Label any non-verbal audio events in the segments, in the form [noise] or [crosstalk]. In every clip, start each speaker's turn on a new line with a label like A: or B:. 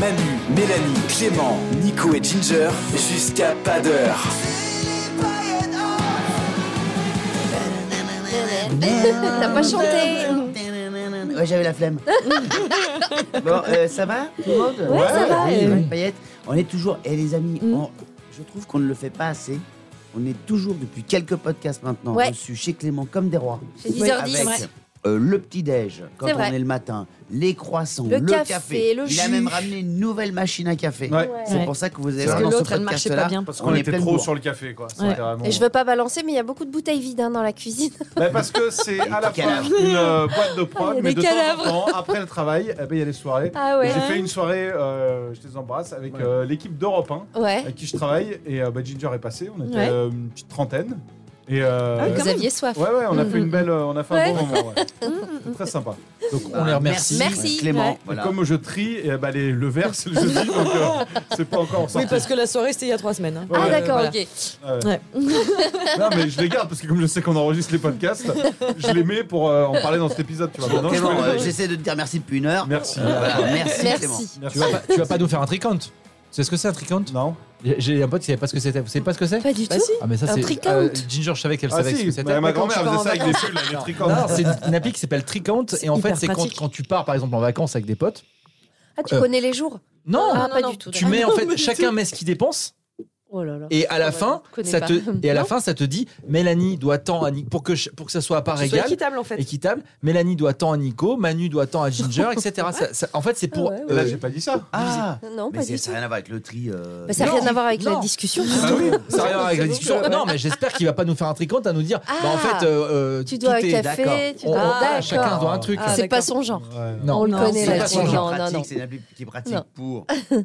A: Manu, Mélanie, Clément, Nico et Ginger, jusqu'à pas d'heure.
B: T'as pas chanté
C: Ouais, j'avais la flemme. [laughs] bon, euh, ça va tout le monde
B: Ouais, ça va,
C: Oui,
B: euh. Mm.
C: Manu Payette. On est toujours. Et les amis, on- je trouve qu'on ne le fait pas assez. On est toujours, depuis quelques podcasts maintenant,
B: Ouais.
C: reçus chez Clément comme des rois.
B: Chez 10h10,
C: Avec,
B: c'est vrai.
C: euh, le petit-déj, quand
B: C'est
C: on
B: vrai.
C: est le matin, les croissants,
B: Le
C: le,
B: café,
C: café.
B: le
C: Il a
B: jus.
C: même ramené une nouvelle machine à café.
D: Ouais.
C: C'est
E: Ouais.
C: pour ça que vous allez voir
D: Parce que
C: dans ce
E: l'autre, elle marchait
C: podcast-là,
E: pas bien.
D: Parce qu'on
C: on est
D: était
C: plein de
D: trop
C: bourre.
D: sur le café, quoi. C'était
E: Ouais.
D: vraiment-
B: Et je veux pas balancer, mais il y a beaucoup de bouteilles vides hein, dans la cuisine.
D: Bah, parce que c'est à la fois
C: cadavres.
D: une euh, boîte de prod,
B: Ah, il y a
D: mais
B: des
D: de temps en
B: cadavres.
D: temps, après le travail, eh ben, il y a des soirées.
B: Ah ouais.
D: Et J'ai fait une soirée, euh, je les embrasse, avec euh, l'équipe d'Europe 1,
B: Ouais.
D: avec qui je travaille. Et euh, bah, Ginger est passé, on était
B: Ouais. Ah
D: euh, une petite trentaine. Et, euh,
B: Vous aviez soif.
D: Ouais, ouais, on a
B: Mm,
D: fait une
B: mm,
D: belle, euh, on a fait
B: Ouais. Mm,
D: un bon moment. ouais.
B: [laughs]
D: C'était très sympa. Donc,
C: Bah,
D: on les remercie.
B: Merci.
C: Clément.
B: Ouais.
C: Voilà.
D: Comme je trie, et, bah, les- le verre, c'est le jeudi, donc
B: [laughs]
D: euh, c'est pas encore
E: Oui,
D: sorti.
E: parce que la soirée, c'était il y a trois semaines. hein.
B: Ah
D: Ouais,
B: d'accord,
E: voilà.
B: ok.
D: Ah ouais.
E: Ouais.
D: [laughs] non, mais je les garde parce que comme je sais qu'on enregistre les podcasts, je les mets pour euh, en parler dans cet épisode. Tu vois. Maintenant, je
C: Clément,
D: peux les-
C: euh, j'essaie de te dire merci depuis une heure.
D: Merci.
C: Voilà, merci, Clément.
B: Merci.
D: Merci.
F: Tu vas, pas, tu vas pas nous faire un tricount Tu sais ce que c'est un tricount
D: Non.
F: J'ai un pote qui savait pas ce que c'était. Vous savez pas ce que c'est
B: Pas du
E: Bah
B: tout.
E: si.
F: Ah mais ça
B: Un
F: c'est
B: tricount
F: Ginger je savais qu'elle
D: Ah
F: savait ce que
D: si,
F: c'était.
D: ma, ma
F: Mais quand
D: grand-mère
F: tu
D: elle
F: vas en
D: faisait ça avec des
F: vacances-
D: feuilles, elle les tricote.
F: Non, c'est une une appli qui s'appelle Tricount
E: C'est
F: et en fait
E: hyper
F: c'est quand,
E: pratique.
F: quand tu pars par exemple en vacances avec des potes.
B: Ah, tu
F: Euh,
B: connais les jours
F: Non,
B: Ah, pas
E: non,
B: du tout.
F: tu
B: d'accord.
F: mets en
E: non,
F: fait
E: mais
F: chacun met ce qu'il dépense
E: Oh là là.
F: et à la
B: Ouais,
F: fin
B: je connais
F: ça
B: pas.
F: te et à la
B: Non.
F: fin ça te dit Mélanie doit tant à Nico pour que je- pour que ça soit à part
E: Que ce soit
F: égale.
E: équitable en fait.
F: Équitable, Mélanie doit tant à Nico, Manu doit tant à
E: [laughs]
F: Ginger, etc. Ça- ça- en fait, c'est pour.
E: Ouais, ouais.
F: euh,
D: Là, j'ai pas dit ça.
C: Ah,
B: Non,
C: mais
B: pas
C: c'est-
B: du
C: ça
B: tout.
C: n'a rien à voir avec le tri. euh,
B: Bah, ça n'a
F: Non,
B: rien à voir avec la
F: non.
B: discussion.
D: Ah oui.
F: Ça n'a rien à voir avec la
E: C'est bon,
F: discussion.
E: c'est bon.
F: Non, mais j'espère qu'il va pas nous faire un tricot à nous dire.
B: euh, Ah,
F: bah, en fait, euh, euh,
B: Tu
F: tout
B: dois un
F: est-
B: café, tu
F: On-
B: dois.
E: Ah,
F: chacun doit un truc.
E: Ah,
B: c'est pas
E: d'accord.
B: son genre.
D: Ouais.
F: Non.
B: On le
E: Non,
B: connaît
F: c'est
B: là
F: pas son
B: dessus Non,
F: genre
B: non, non.
C: pratique, c'est une appli qui est pratique
B: Non. [laughs]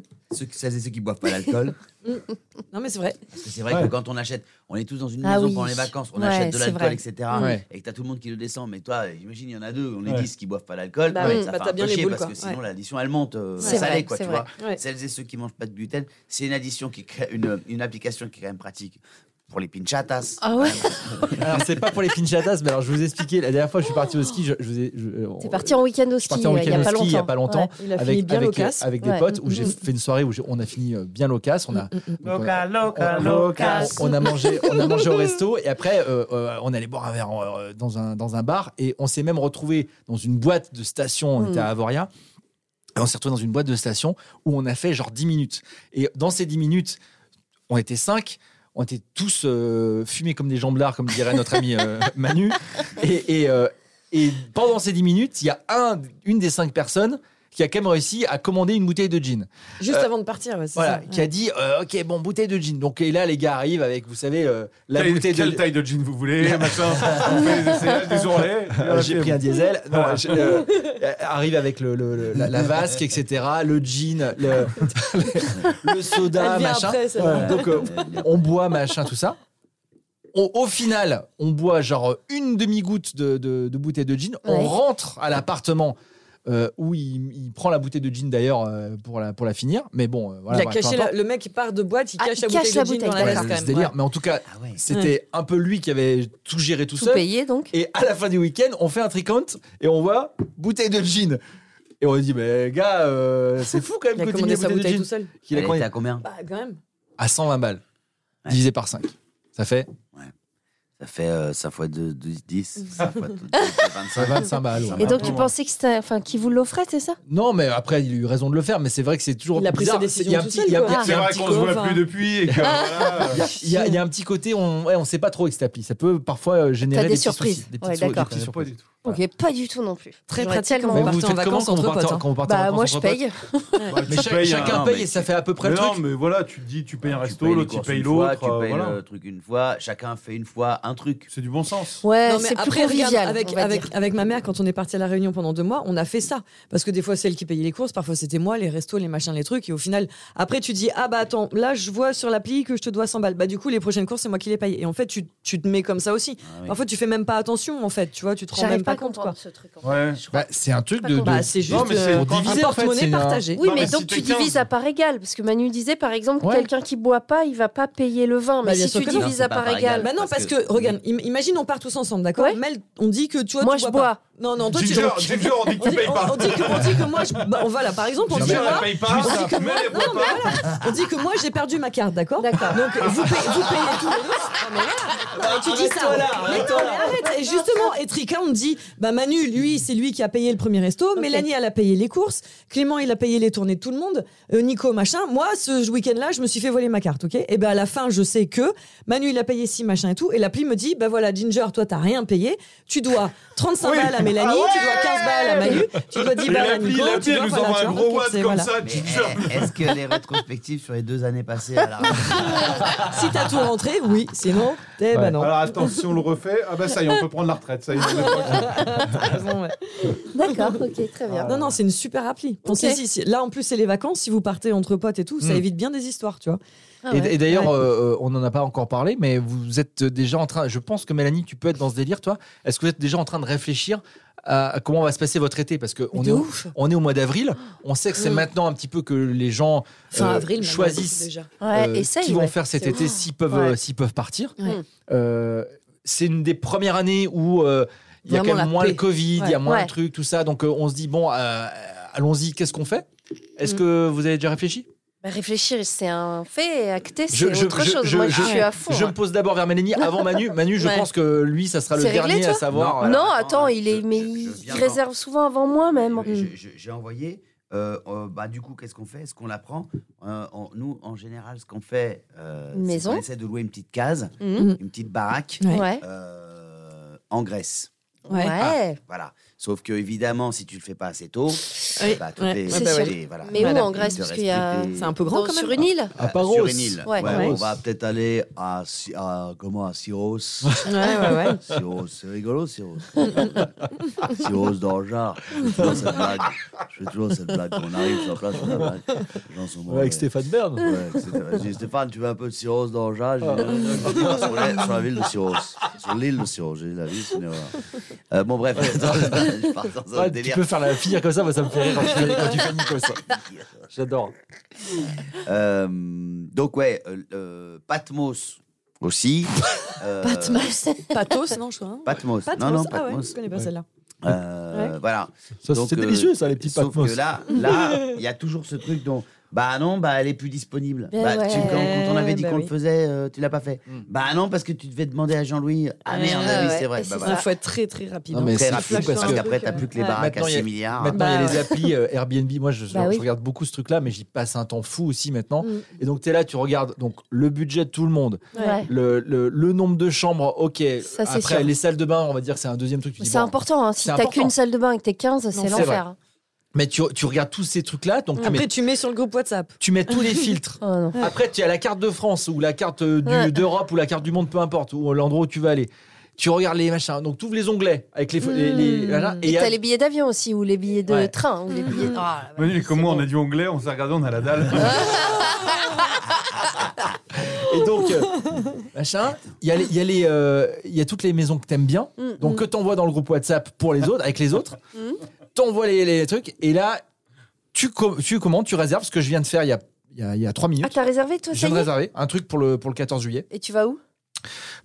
C: pour ceux, qui- celles et ceux qui boivent pas l'alcool.
E: Non, mais c'est vrai.
C: Parce que c'est vrai
D: Ouais.
C: que quand on achète, on est tous dans une
B: Ah
C: maison
B: oui.
C: pendant les vacances, on
B: Ouais,
C: achète de
B: c'est
C: l'alcool,
B: vrai.
C: etc.
F: Ouais.
C: Et que t'as tout le monde qui le descend. Mais toi, imagine, il y en a deux, on est
D: Ouais.
C: 10 qui boivent pas l'alcool.
E: Bah
C: ouais,
E: oui.
C: ça
E: Bah,
C: fait
E: t'as
C: un
E: bien
C: peu
E: les
C: chier
E: boules,
C: parce
E: quoi.
C: que sinon
E: Ouais.
C: l'addition elle monte euh,
B: C'est vrai,
C: salée, quoi,
B: c'est
C: tu
B: vrai.
C: vois. Celles et ceux qui mangent pas de gluten, c'est une addition qui crée une, une application qui est quand même pratique pour les pinchatas.
B: Ah ouais
F: Alors, c'est pas pour les pinchatas, mais alors je vais vous expliquer. La dernière fois, je suis parti au ski. Je, je vous ai, je- euh, on-
B: T'es parti en week-end au
F: je suis
B: ski
F: parti
B: euh, il
F: week-end
B: n'y a
F: au
B: pas
F: ski
B: longtemps.
F: il y a pas longtemps.
B: Ouais.
E: Il a fini
F: Avec,
E: bien
F: avec,
E: loquace.
F: euh, avec des
B: Ouais.
F: potes où j'ai
B: Mm, mm.
F: fait une soirée où j'ai- on a fini euh, bien loquace. On a, donc, on a- on-
D: Locas.
F: on, on a mangé, on a
E: [laughs]
F: mangé au resto et après euh, euh, on allait boire un verre euh, dans un dans un bar et on s'est même retrouvé dans une boîte de station.
E: Mm.
F: On était à Avoria. Et on s'est retrouvé dans une boîte de station où on a fait genre 10 minutes. Et dans ces 10 minutes, on était 5. On était tous euh, fumés comme des jamblards, comme dirait notre ami euh,
D: [laughs]
F: Manu. Et, et, euh, et pendant ces 10 minutes, il y a un, une des cinq personnes qui a quand même réussi à commander une bouteille de gin.
E: Juste
F: Euh,
E: avant de partir. ouais, c'est
F: Voilà,
E: ça.
F: qui a dit euh, Ok, bon, bouteille de gin. Donc, et là, les gars arrivent avec, vous savez, euh, la
D: Quelle,
F: bouteille
D: quelle
F: de
D: taille de jean vous
F: [laughs]
D: voulez, machin On fait des essayages, des ourlets.
F: Euh, J'ai pris un diesel. Non,
D: Voilà.
F: je- euh, euh, arrive avec le, le- le- la, [laughs] la vasque, etc. Le gin, le, [laughs] le- le soda,
E: Elle vient
F: machin.
E: après, celle-là.
F: Donc, euh, on boit, machin, tout ça. On- au final, on boit genre une demi-goutte de, de- de bouteille de gin.
B: Ouais.
F: On rentre à l'appartement. euh, où il, il prend la bouteille de gin d'ailleurs euh, pour, la, pour la finir, mais bon, euh, voilà.
E: Il a
F: bref, peu
E: caché
F: importe.
E: la- le mec qui part de boîte, il
B: Ah,
E: cache
B: il
E: la
B: cache
E: bouteille
B: la
E: de gin dans
B: bouteille,
E: la
F: Ouais,
E: veste
B: d'accord.
E: quand
F: c'est
E: même.
F: ce délire. Mais en tout cas,
C: Ah ouais.
F: c'était un peu lui qui avait tout géré tout,
B: Tout
F: seul.
B: payé donc.
F: Et à la fin du week-end, on fait un tricount et on voit bouteille de gin. Et on dit, mais gars, euh, c'est fou quand
E: Il
F: même
E: a
F: que t'aies mis
E: commandé
F: une
E: sa
F: bouteille de
E: bouteille
F: gin.
E: tout seul.
F: Qu'il a
C: Elle
F: commandé
C: était à combien
E: Bah, quand même.
F: à 120 balles,
C: Ouais.
F: divisé par 5. Ça fait
C: Ça fait euh, 5 fois 2, 10, 5 fois 2,
F: Ça
C: 25.
F: va, ça va, allô.
C: Ça
B: Et
C: va.
B: donc tu pensais que c'était, enfin, qu'il vous l'offrait, c'est ça
F: Non, mais après, il a eu raison de le faire, mais c'est vrai que c'est toujours.
E: Il a pris
F: bizarre.
E: sa décision
F: Il y a un
E: tout
F: petit-
E: seul,
F: il y a-
E: quoi.
F: il y a un
D: C'est vrai
F: petit- hein.
D: qu'on se voit
E: copain.
D: plus depuis et que
F: [laughs]
D: voilà.
F: Il y, a, il y a un petit côté, on ouais, on sait pas trop avec cette appli. Ça peut parfois euh, générer
B: T'as des
F: petits
B: surprises.
F: soucis, des
B: Ouais,
F: petites, sou- des
B: d'accord.
F: petites surprises.
D: tout.
F: Voilà.
B: Ok, pas du tout non plus.
E: Très
B: J'aurais
E: pratique
B: tellement
E: quand on
F: Mais
B: pas.
E: part.
F: vous
E: partez en
F: faites comment
E: vacances
F: quand vous
E: entre
F: partez en-
E: potes, hein.
F: quand vous partez en
B: Bah
F: vacances
B: moi
F: entre
B: je
F: potes
B: paye.
D: Bah,
F: Mais
D: tu
F: cha-
D: payes
F: chacun
D: un-
F: paye
C: mais
F: et ça fait à peu près
D: Mais
F: le
D: non,
F: truc.
D: mais voilà, tu te dis, tu
F: Ah,
D: payes un
C: Tu
D: resto,
C: payes les
D: l'autre, il
C: courses
D: paye
C: une fois,
D: l'autre.
C: Tu
D: euh,
C: payes
D: voilà.
C: le truc une fois, chacun fait une fois un
D: [laughs]
C: truc.
D: C'est du bon sens.
B: Ouais,
E: Non, mais
B: Eh, c'est plus
E: après, regarde,
B: convivial.
E: avec,
B: on va
E: avec,
B: dire.
E: avec ma mère, quand on est parti à la Réunion pendant deux mois, on a fait ça. Parce que des fois, c'est elle qui payait les courses, parfois c'était moi, les restos, les machins, les trucs. Et au final, après, tu dis, ah bah attends, là, je vois sur l'appli que je te dois 100 balles. Bah du coup, les prochaines courses, c'est moi qui les paye. Et en fait, tu, tu te mets comme ça aussi.
C: oui.
E: Parfois, tu fais même pas attention, en fait. Tu vois, tu te rends
B: J'arrive
E: même
B: pas
E: pas
B: à
E: compte, quoi.
B: comprendre ce truc. en fait.
D: Ouais.
B: Je crois.
F: Bah, c'est un truc
B: Pas
F: de.
B: compris.
F: de-
E: Bah, c'est juste
D: Non, mais c'est-
E: euh,
F: pour diviser,
E: un
F: en fait,
E: porte-monnaie
F: c'est un-
E: partagé.
B: Oui,
D: Non,
B: mais,
D: mais
B: donc
D: si
B: tu
D: t'es 15.
B: divises à part égale, parce que Manu disait par exemple
F: Ouais.
B: quelqu'un qui boit pas, il va pas payer le vin, mais
E: bien
B: si
E: sûr
B: tu
E: que non,
B: divises
C: c'est
B: à
C: pas
B: part
C: par
B: égale,
C: égale.
E: Bah non, parce
C: Parce
E: que,
C: que-
E: regarde, im- imagine, on part tous ensemble, d'accord
B: Ouais.
E: Mel, on dit que toi,
B: moi
E: tu
B: je
E: bois
B: bois.
E: pas. Non, non, toi, tu
D: Ginger,
E: bois.
D: Ginger, on dit que
E: On
D: tu
E: dit,
D: payes
E: on-
D: pas.
E: on dit que, on dit que moi, je, bah, on- voilà, par exemple, on dit
D: Ginger,
E: moi,
D: elle paye pas. Mais elle
E: Non,
D: boit
E: mais
D: pas.
E: voilà. On dit que moi j'ai perdu ma carte, d'accord
B: D'accord.
E: Donc vous payez, vous payez tous les deux. Non, mais là, non, tu dis ça.
D: Arrête-toi là,
E: mais non,
D: arrête-toi là.
E: mais arrête. Et justement, Etrika, on dit bah Manu, lui, c'est lui qui a payé le premier resto. Mélanie, elle a payé les courses. Clément, il a payé les tournées de tout le monde. Euh, Nico, machin. Moi, ce week-end-là, je me suis fait voler ma carte, ok Et ben à la fin, je sais que Manu, il a payé ci, machin et tout. Et l'appli me dit bah voilà, Ginger, toi, t'as rien payé. Tu dois 35
D: Oui.
E: balles à Mélanie,
D: Ah
E: tu dois 15 balles à Manu, tu dois 10
D: Et
E: balles à
D: l'appli,
E: Nico.
D: l'appli,
E: tu
D: elle
E: dois-
D: nous
E: voilà,
D: envoie
E: tu
D: un
E: vois,
D: gros
E: ok,
D: what
E: c'est-
D: comme
E: voilà.
D: ça.
C: Mais
D: Ginger.
C: eh, est-ce que les rétrospectives sur les deux années passées à la
E: Si t'as tout rentré, oui. Sinon, eh ben non.
D: Alors attends, si on le refait, ah bah ça y est, on peut prendre la retraite. Ça y est, on est proche.
E: T'as raison, ouais.
B: D'accord, ok, très bien.
E: Non, non, c'est une super appli. Pensez-y, si- Là, en plus, c'est les vacances. Si vous partez entre potes et tout, ça
F: Hmm.
E: évite bien des histoires, tu vois.
B: Ah
F: Et,
B: ouais.
F: et d'ailleurs,
E: Ouais.
F: euh, euh, on n'en a pas encore parlé, mais vous êtes déjà en train. Je pense que Mélanie, tu peux être dans ce délire, toi. Est-ce que vous êtes déjà en train de réfléchir à à comment va se passer votre été Parce que on est, au,
E: ouf.
F: on est au mois d'avril. On sait que c'est
E: Mm.
F: maintenant un petit peu que les gens
E: Fin
F: euh,
E: avril, maintenant,
F: choisissent
E: déjà.
B: Ouais,
F: euh,
B: essaye,
F: qui vont
B: ouais.
F: faire cet
B: C'est
F: été
B: ouf.
F: s'ils peuvent,
B: Ouais.
F: euh, s'ils peuvent partir.
E: Ouais.
F: Euh, c'est une des premières années où euh, il y a
E: Vraiment
F: quand même
E: la
F: moins
E: paix.
F: le Covid, il y a
E: Ouais.
F: moins
B: Ouais.
F: de trucs, tout ça. Donc euh, on se dit, bon, euh, allons-y, qu'est-ce qu'on fait
B: Hmm.
F: Est-ce que vous avez déjà réfléchi
B: Bah, réfléchir, c'est un fait, et acter, c'est
F: Je- je-
B: autre
F: je-
B: chose.
F: je-
B: Moi, je,
F: je-
B: suis à fond.
F: Je me
B: hein.
F: pose d'abord vers Mélanie
B: [laughs]
F: avant Manu. Manu, je
B: Ouais.
F: pense que lui, ça sera le
B: C'est réglé,
F: dernier à
B: toi
F: savoir.
C: Non.
F: euh,
B: Non,
C: Voilà,
B: attends,
C: attends,
B: il, est,
C: hein. je-
B: mais
C: je-
B: il
C: je viens
B: réserve souvent avant moi même.
C: Je- je- J'ai envoyé. euh, euh, bah, du coup, qu'est-ce qu'on fait Est-ce qu'on la prend Euh, on- Nous, en général, ce qu'on fait, euh,
B: Une
C: c'est
B: maison.
C: qu'on essaie de louer une petite case,
B: Mhm.
C: une petite baraque
E: Ouais.
B: Ouais.
C: euh, en Grèce.
E: Ouais.
B: Ouais.
C: Voilà. Sauf que, évidemment, si tu le fais pas assez tôt,
E: Ah Oui.
C: bah, tout
E: Ouais.
C: est-
E: C'est
C: tout
B: sûr.
C: est- voilà.
B: Mais où
C: Voilà.
B: en Grèce
C: De
B: Parce qu'il y a-
C: respecter-
E: C'est un peu grand
B: Dans-
E: quand même.
B: sur une île
F: À
C: Euh,
F: Paros.
C: Sur une île. Ouais,
B: Ouais.
F: Paros.
C: On va peut-être aller à, Si- à- comment, à Syros.
E: Ouais, ouais, ouais.
C: [laughs] Syros, c'est rigolo, Syros. [laughs] Syros d'Orja. Je fais toujours cette blague. Je fais toujours cette blague. On arrive sur la place, je fais la blague. Les gens sont mauvais.
F: Avec Stéphane Bern.
B: Euh,
C: Ouais, etc. J'ai dit, Stéphane, tu veux un peu de Syros d'Orja J'ai dit, sur, la- sur la ville de Syros. Sur l'île de Syros. J'ai dit, la ville, c'est une horreur. Euh, Bon,
F: [laughs]
C: bref, je pars dans un
F: Ouais, Ah, tu
C: délire.
F: peux faire la fille comme ça, moi, ça me fait rire quand tu fais, quand tu fais
C: [laughs]
F: Nico, ça. J'adore.
C: Euh, donc, ouais, euh, euh, Patmos aussi. [laughs] Euh,
B: Patmos.
E: [laughs] Pathos, non, je crois. hein.
C: Patmos.
E: Patmos.
C: Non, non,
E: ah ouais,
C: Patmos.
E: je connais pas celle-là.
C: Euh, Voilà.
F: Ça,
C: Donc,
F: C'est
C: euh,
F: délicieux, ça, les petits
C: Sauf
F: Patmos.
C: que là, là, il y a toujours ce truc dont. Bah non, bah elle est plus disponible.
B: Ben
C: Bah, tu-
B: ouais.
C: quand, quand on avait dit
E: Bah
C: qu'on
E: oui.
C: le faisait, euh, tu l'as pas fait. Bah non, parce que tu devais demander à Jean-Louis. Ah
E: Ouais,
C: merde,
E: ouais,
C: oui,
B: ouais.
C: c'est vrai.
B: Et
C: Bah,
B: c'est
C: voilà.
E: Il faut être très, très rapide.
F: Non,
E: hein.
F: mais
C: Très
F: c'est
C: rapide,
F: flash
C: parce
F: dans
C: qu'après,
E: le truc,
C: t'as plus que les
E: ouais.
C: baraques à
F: Maintenant, il y a-
C: 6 milliards.
F: Maintenant, il y a
E: Bah,
F: les applis euh, Airbnb. Moi, je, je-
B: Ah. Bah oui. Mm.
F: je regarde beaucoup ce truc-là, mais j'y passe un temps fou aussi maintenant. Et donc, tu es là, tu regardes donc, le budget de tout le monde,
B: [laughs] Ouais.
F: le, le- le nombre de chambres, ok.
B: Ça, c'est
F: Après,
B: sûr.
F: les salles de bain, on va dire, c'est un deuxième truc. Tu dis,
B: C'est
F: bon,
B: important. hein. Si
F: c'est
B: t'as
F: important.
B: qu'une salle de bain et que t'es 15, c'est
F: c'est
B: l'enfer.
F: Mais tu, tu regardes tous ces trucs-là, donc tu mets,
E: Après, tu mets sur le groupe WhatsApp.
F: tu
B: [laughs]
F: mets tous les filtres.
B: Oh, non.
F: Après, tu as la carte de France ou la carte euh, du-
B: Ouais.
F: d'Europe ou la carte du monde, peu importe, ou euh, l'endroit où tu vas aller. Tu regardes les machins, donc tu ouvres les onglets avec les. les- les- voilà,
B: Mmh. Et
F: y a-
B: t'as les billets d'avion aussi, ou les billets de
F: Ouais.
B: train, ou les
F: Mhm.
B: billets. Ah, là,
D: [laughs] Manu,
B: ouais,
D: comme
B: c'est
D: moi, on
B: bon.
D: a dit anglais, on s'est regardé, on a la dalle.
F: Et
B: [laughs]
F: donc, euh, machin, il y, a les- il y, a les, euh, il y a toutes les maisons que t'aimes bien,
B: Mmh,
F: donc que t'envoies dans le groupe WhatsApp pour les autres, avec les autres. T'envoies les, les trucs, et là, tu, com- tu commandes, tu réserves ce que je viens de faire il y a, il y a, il y a trois
B: Ah,
F: minutes.
B: t'as réservé toi,
F: je
B: ça y
F: viens de
B: est
F: réserver un truc pour le, pour le 14 juillet.
B: Et tu vas où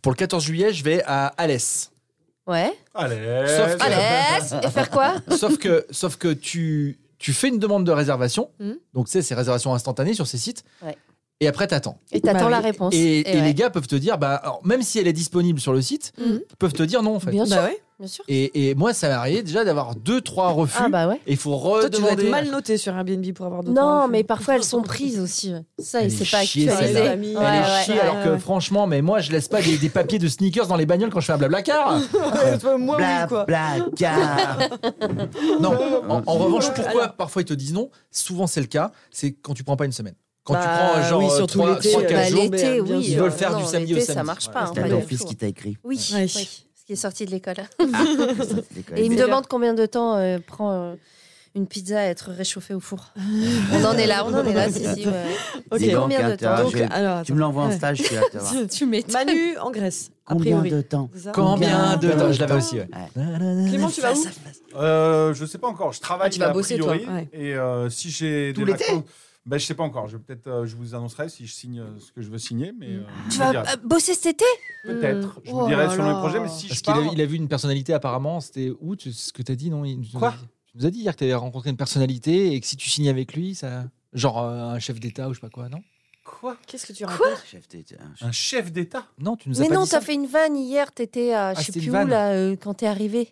F: Pour le 14 juillet, je vais à Alès.
B: [laughs] Ouais.
D: [laughs] Allez.
F: Sauf-
B: À l'aise. Et faire quoi
F: sauf que, sauf que tu, tu fais une demande de réservation.
E: Mhm. [laughs]
F: Donc, tu sais, c'est réservation instantanée sur ces sites.
B: Ouais.
F: et après t'attends.
C: Et t'attends
E: Bah
C: la
E: oui.
C: réponse.
F: Et, et
C: ouais.
F: les gars peuvent te dire, bah, alors, même si elle est disponible sur le site,
E: Hmm.
C: Mhm.
F: peuvent te dire non en fait.
C: Bien sûr.
E: Bah ouais.
C: Bien sûr.
F: Et, et moi, ça m'est arrivé déjà d'avoir deux, trois refus.
C: Ah bah ouais.
F: Et il faut
E: Toi, tu dois
F: redemander.
E: être mal noté sur Airbnb pour avoir d'autres.
C: Non,
E: refus. [laughs]
C: mais parfois elles sont prises aussi. Ça,
F: Elle
C: il
F: est
C: s'est pas
F: chiée, celle-là.
C: actualisé.
E: Elle est
F: Elle est
C: Ouais,
F: chiée,
C: ouais,
F: alors
C: ouais.
F: que
E: ouais.
F: franchement, mais moi je laisse pas des, des papiers de sneakers dans les bagnoles quand je fais un blabla
E: [laughs]
F: car.
E: Ouais, toi, Bah, moi, oui, quoi.
A: Bla, bla, car.
F: Non, en, en revanche,
E: Ouais,
F: pourquoi
E: alors.
F: parfois ils te disent non Souvent c'est le cas, c'est quand tu prends pas une semaine. Quand tu
E: Bah,
F: prends euh, genre
E: oui,
F: euh,
E: surtout
F: trois-
E: l'été,
F: trois,
E: euh,
F: quatre
E: bah,
F: jours.
E: les-
B: l'été,
E: bien
B: oui.
E: sûr.
F: Ils veulent faire
B: Non,
F: du samedi au
B: l'été, Ça
F: samedi.
B: marche
F: Ouais,
B: pas. hein,
A: T'as
B: pas
A: ton
B: du
A: fils
B: tout.
A: qui t'a écrit.
B: Oui,
E: Ouais.
B: oui, ce qui est sorti de l'école.
A: Ah, [laughs]
B: Et
A: Et
B: il me
E: C'est
B: demande combien de temps euh, prend euh, une pizza à être réchauffée au
F: [laughs]
B: four. on en est là, on en est là, si, si. ouais.
E: Ok.
A: Dis donc, euh,
B: Combien de temps
A: Quintin,
E: bah, Donc,
A: Ah, je-
E: alors,
A: Tu me l'envoies en
E: Ouais.
A: stage, tu vas te voir.
B: Tu m'étonnes.
E: Manu en Grèce, a
A: Combien
E: priori.
A: de temps
E: C'est ça
F: Combien de temps Je l'avais aussi. ouais.
E: Clément, tu vas où
D: Euh, je sais pas encore. Je travaille
C: Ah, tu vas
D: a
C: bosser,
D: priori,
C: toi, ouais.
D: Et euh, si j'ai
A: Tout
D: des
A: l'été
D: vacances, ben, je sais pas encore. Je vais peut-être, euh, je vous annoncerai si je signe euh, ce que je veux signer, mais euh, je
B: Tu
D: vous
B: vas
D: dirai.
B: euh, bosser cet été
D: peut-être. Je vous
E: Oh
D: dirai
E: là
D: sur mes
E: là.
D: projets, mais si
F: Parce
D: je
F: qu'il
D: pars,
F: a, il a vu une personnalité apparemment, c'était où tu- ce que t'as dit non il nous a
D: Quoi
F: dit- Tu nous as dit hier que t'avais rencontré une personnalité et que si tu signes avec lui, ça genre euh, un chef d'État ou je sais pas quoi, non
D: quoi
E: Qu'est-ce que tu racontes
A: Chef d'état.
D: Un chef d'État
F: Non, tu nous as
B: Mais
F: pas
B: non,
F: dit ça.
B: t'as fait une vanne hier, t'étais à
F: Ah,
B: je sais
F: c'était une
B: plus où
F: vanne.
B: là, euh, quand t'es arrivé.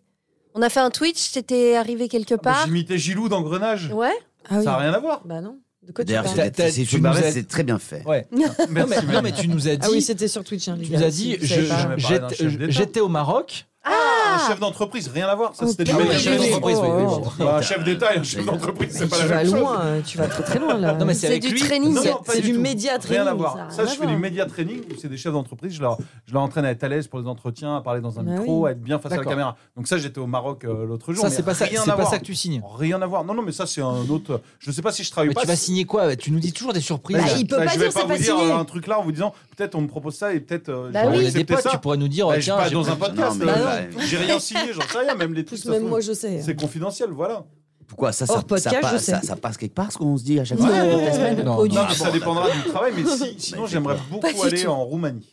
B: On a fait un Twitch, t'étais arrivé quelque
D: Ah, bah,
B: part.
D: J'imitais Gilou d'engrenage.
B: Ouais.
E: Ah oui.
D: Ça n'a rien à voir.
E: Bah non. De quoi tu
A: D'ailleurs,
E: parles
F: t'as- t'as-
A: c'est- si
F: tu
A: tu me
F: nous
A: barrais,
F: as-
A: c'est très bien fait.
F: Ouais. Non
D: Merci.
F: mais, non, mais tu nous as dit
E: Ah oui, c'était sur Twitch. hein, les
F: tu
E: gars,
F: nous as
E: si
F: dit
E: vous
F: je-
E: savez pas.
D: Jamais parlé d'un
F: j'étais-
D: chef d'État.
F: j'étais au Maroc.
D: Un chef d'entreprise, rien à voir. Ça, c'était du
F: Ah oui,
D: même
F: un chef
D: chose.
F: d'entreprise, oui, oui, Ah,
E: Oh,
F: oui.
D: Bah, Un chef d'État et un chef d'entreprise, c'est
E: Tu
D: pas la
E: vas
D: même chose.
E: loin, euh, tu vas très très loin là.
F: [laughs] Non mais
B: C'est
F: c'est avec
B: du
F: lui.
B: training. [laughs]
D: Non,
B: C'est-
D: non, pas
E: c'est du
D: tout.
E: média
D: Rien
E: training,
D: à voir.
E: ça,
D: Ça,
E: rien
D: je
E: à
D: fais du
E: voir.
D: média training où c'est des chefs d'entreprise. Je leur, je leur entraîne à être à l'aise pour les entretiens, à parler dans un
E: Bah
D: micro,
E: oui.
D: à être bien face à la
F: D'accord.
D: caméra. Donc ça, j'étais au Maroc euh, l'autre jour.
F: Ça
D: mais
F: c'est pas ça,
D: rien
F: c'est
D: à
F: pas
D: voir.
F: ça que tu signes.
D: Rien à voir. Non, non, mais ça, c'est un autre. Je sais pas si je travaille
F: Mais
D: pas.
F: tu vas
D: si-
F: signer quoi Tu nous dis toujours des surprises.
E: Ah, il peut pas
D: je
E: dire
D: vais
E: c'est
D: pas
E: pas
D: vous dire
E: signé.
D: euh, un truc là en vous disant peut-être on me propose ça et peut-être euh,
B: Bah
D: je
B: oui.
D: vais
F: on est des
D: accepter
F: potes,
D: ça.
F: tu pourrais nous dire
D: Bah, je suis
F: tiens,
D: pas
F: j'ai
D: dans
F: pris-
D: un podcast.
A: Non, mais
D: euh,
A: bah,
D: J'ai rien signé, j'en sais rien. Même les trucs.
E: Tous,
D: ça
E: même
D: se
E: moi
D: trouve,
E: je sais. hein.
D: C'est confidentiel, voilà.
A: Pourquoi ça,
E: Hors
A: ça,
E: podcast,
A: ça, pa-
E: je sais.
A: ça, ça passe quelque part ce qu'on se dit à chaque
E: Ouais,
A: fois
E: ouais,
A: toute la
E: ouais,
A: semaine
E: ouais.
F: Non,
E: Audio.
F: non,
D: Non, mais ça dépendra du travail, mais si- sinon
A: Bah,
D: j'aimerais beaucoup
B: du
D: aller
B: tout.
D: en Roumanie.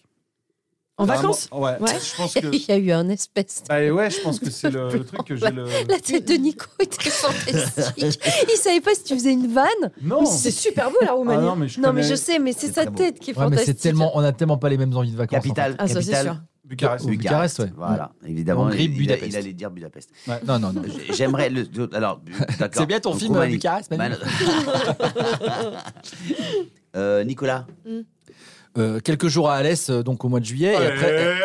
E: En vacances
D: Vraiment, Ouais.
E: Ouais.
D: Je pense que.
B: Il y a eu un espèce.
D: Bah ouais, je pense que c'est le, le truc que j'ai le.
B: La tête de
F: [laughs]
B: Nico était fantastique. Il savait pas si tu faisais une vanne.
D: Non.
E: C'est super beau la
D: Ah
E: Roumanie.
D: non, mais je
B: Non, mais
D: connais
B: je sais, mais c'est
A: C'est
B: sa
A: très beau.
B: tête qui est
F: Ouais, mais
B: fantastique.
F: c'est tellement, on a tellement pas les mêmes envies de vacances. en fait.
A: Capitale,
E: Ah, ça, c'est
A: capitale.
E: sûr.
D: Bucarest.
F: Bucarest. ouais.
A: Voilà, évidemment.
F: Hongrie,
A: il, il a-
F: Budapest.
A: il allait dire Budapest.
F: Non, non, non.
A: J'ai- J'aimerais le. Alors,
F: [laughs]
A: bu- d'accord.
F: C'est bien ton
A: Donc,
F: film,
A: Roumanie.
F: Bucarest, Manu
A: Manu- [laughs] Euh, Nicolas,
F: Euh, quelques jours à Alès, euh, donc au mois de juillet. et après,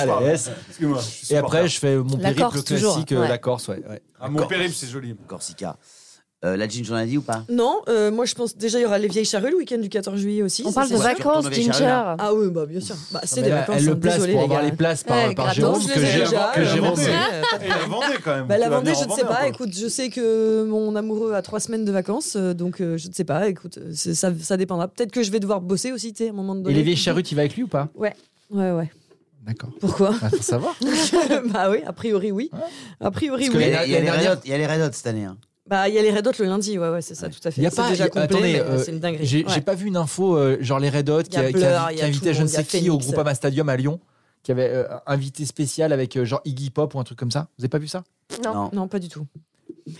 D: Allez,
F: Alès.
D: Excuse-moi. je suis
F: Et après,
D: supporter.
F: je fais mon
B: La
F: périple
B: Corse, toujours,
F: classique, euh,
B: ouais.
F: la Corse, ouais. ouais.
D: Ah, mon périple, c'est joli.
A: Corsica. Euh, la jean, j'en ai dit ou pas
E: Non, euh, moi je pense déjà il y aura les vieilles charrues le week-end du 14 juillet aussi.
B: On
E: ça,
B: parle
E: c'est
B: de
E: sûr.
A: vac-
B: vacances,
A: Retourne au
B: Ginger.
A: Véchariat.
E: Ah oui, bah bien sûr. Bah, c'est
F: Mais
E: des
F: là,
E: vacances.
F: elle
E: hein,
F: le place
E: désolé,
F: pour
E: les
F: avoir
E: gars.
F: les places par,
B: Ouais,
F: par
B: gratos,
F: Jérôme,
E: je
F: que
E: les ai
F: Jérôme,
E: déjà,
F: que
E: euh,
F: Jérôme-
E: montés.
D: Et la Vendée, quand même.
E: [laughs] Bah, la
D: Tu vas
E: Vendée,
D: venir
E: je
D: en
E: ne sais
D: Vendée, un
F: hein.
E: pas.
D: peu.
E: Écoute, je sais que mon amoureux a trois semaines de vacances, euh, donc euh, je ne sais pas. Écoute, euh, c'est- ça, ça dépendra. Peut-être que je vais devoir bosser aussi, tu sais, à un moment donné.
F: Et les vieilles charrues, tu vas avec lui ou pas
E: Ouais, ouais.
F: D'accord.
E: Pourquoi
F: Ah, Faut savoir.
E: [laughs] Bah oui, a priori, oui. A priori,
F: Parce
A: Il
F: que
A: y
E: oui.
F: les-
A: a- il y
F: la
A: a les
F: dernière-
A: Red Hot- il y a les Red Hot cette année. hein.
E: Bah, il y a les Red Hot le lundi, ouais, ouais, c'est ça,
A: Ouais.
E: tout à fait.
F: Il y a
E: C'est
F: pas.
E: déjà complet,
F: attendez,
E: mais,
F: euh,
E: euh, c'est une dinguerie.
F: j'ai
E: Ouais.
F: j'ai pas vu une info, euh, genre les Red Hot qui,
E: Y
F: a-
E: a
F: qui a-
E: Blur,
F: qui
E: y a
F: invitait je
E: tout le
F: ne
E: monde, y
F: sais
E: a
F: qui au
E: Phoenix.
F: Groupama Stadium à Lyon, qui avait euh, un invité spécial avec euh, genre Iggy Pop ou un truc comme ça. Vous avez pas vu ça
B: Non.
A: Non.
E: Non, pas du tout.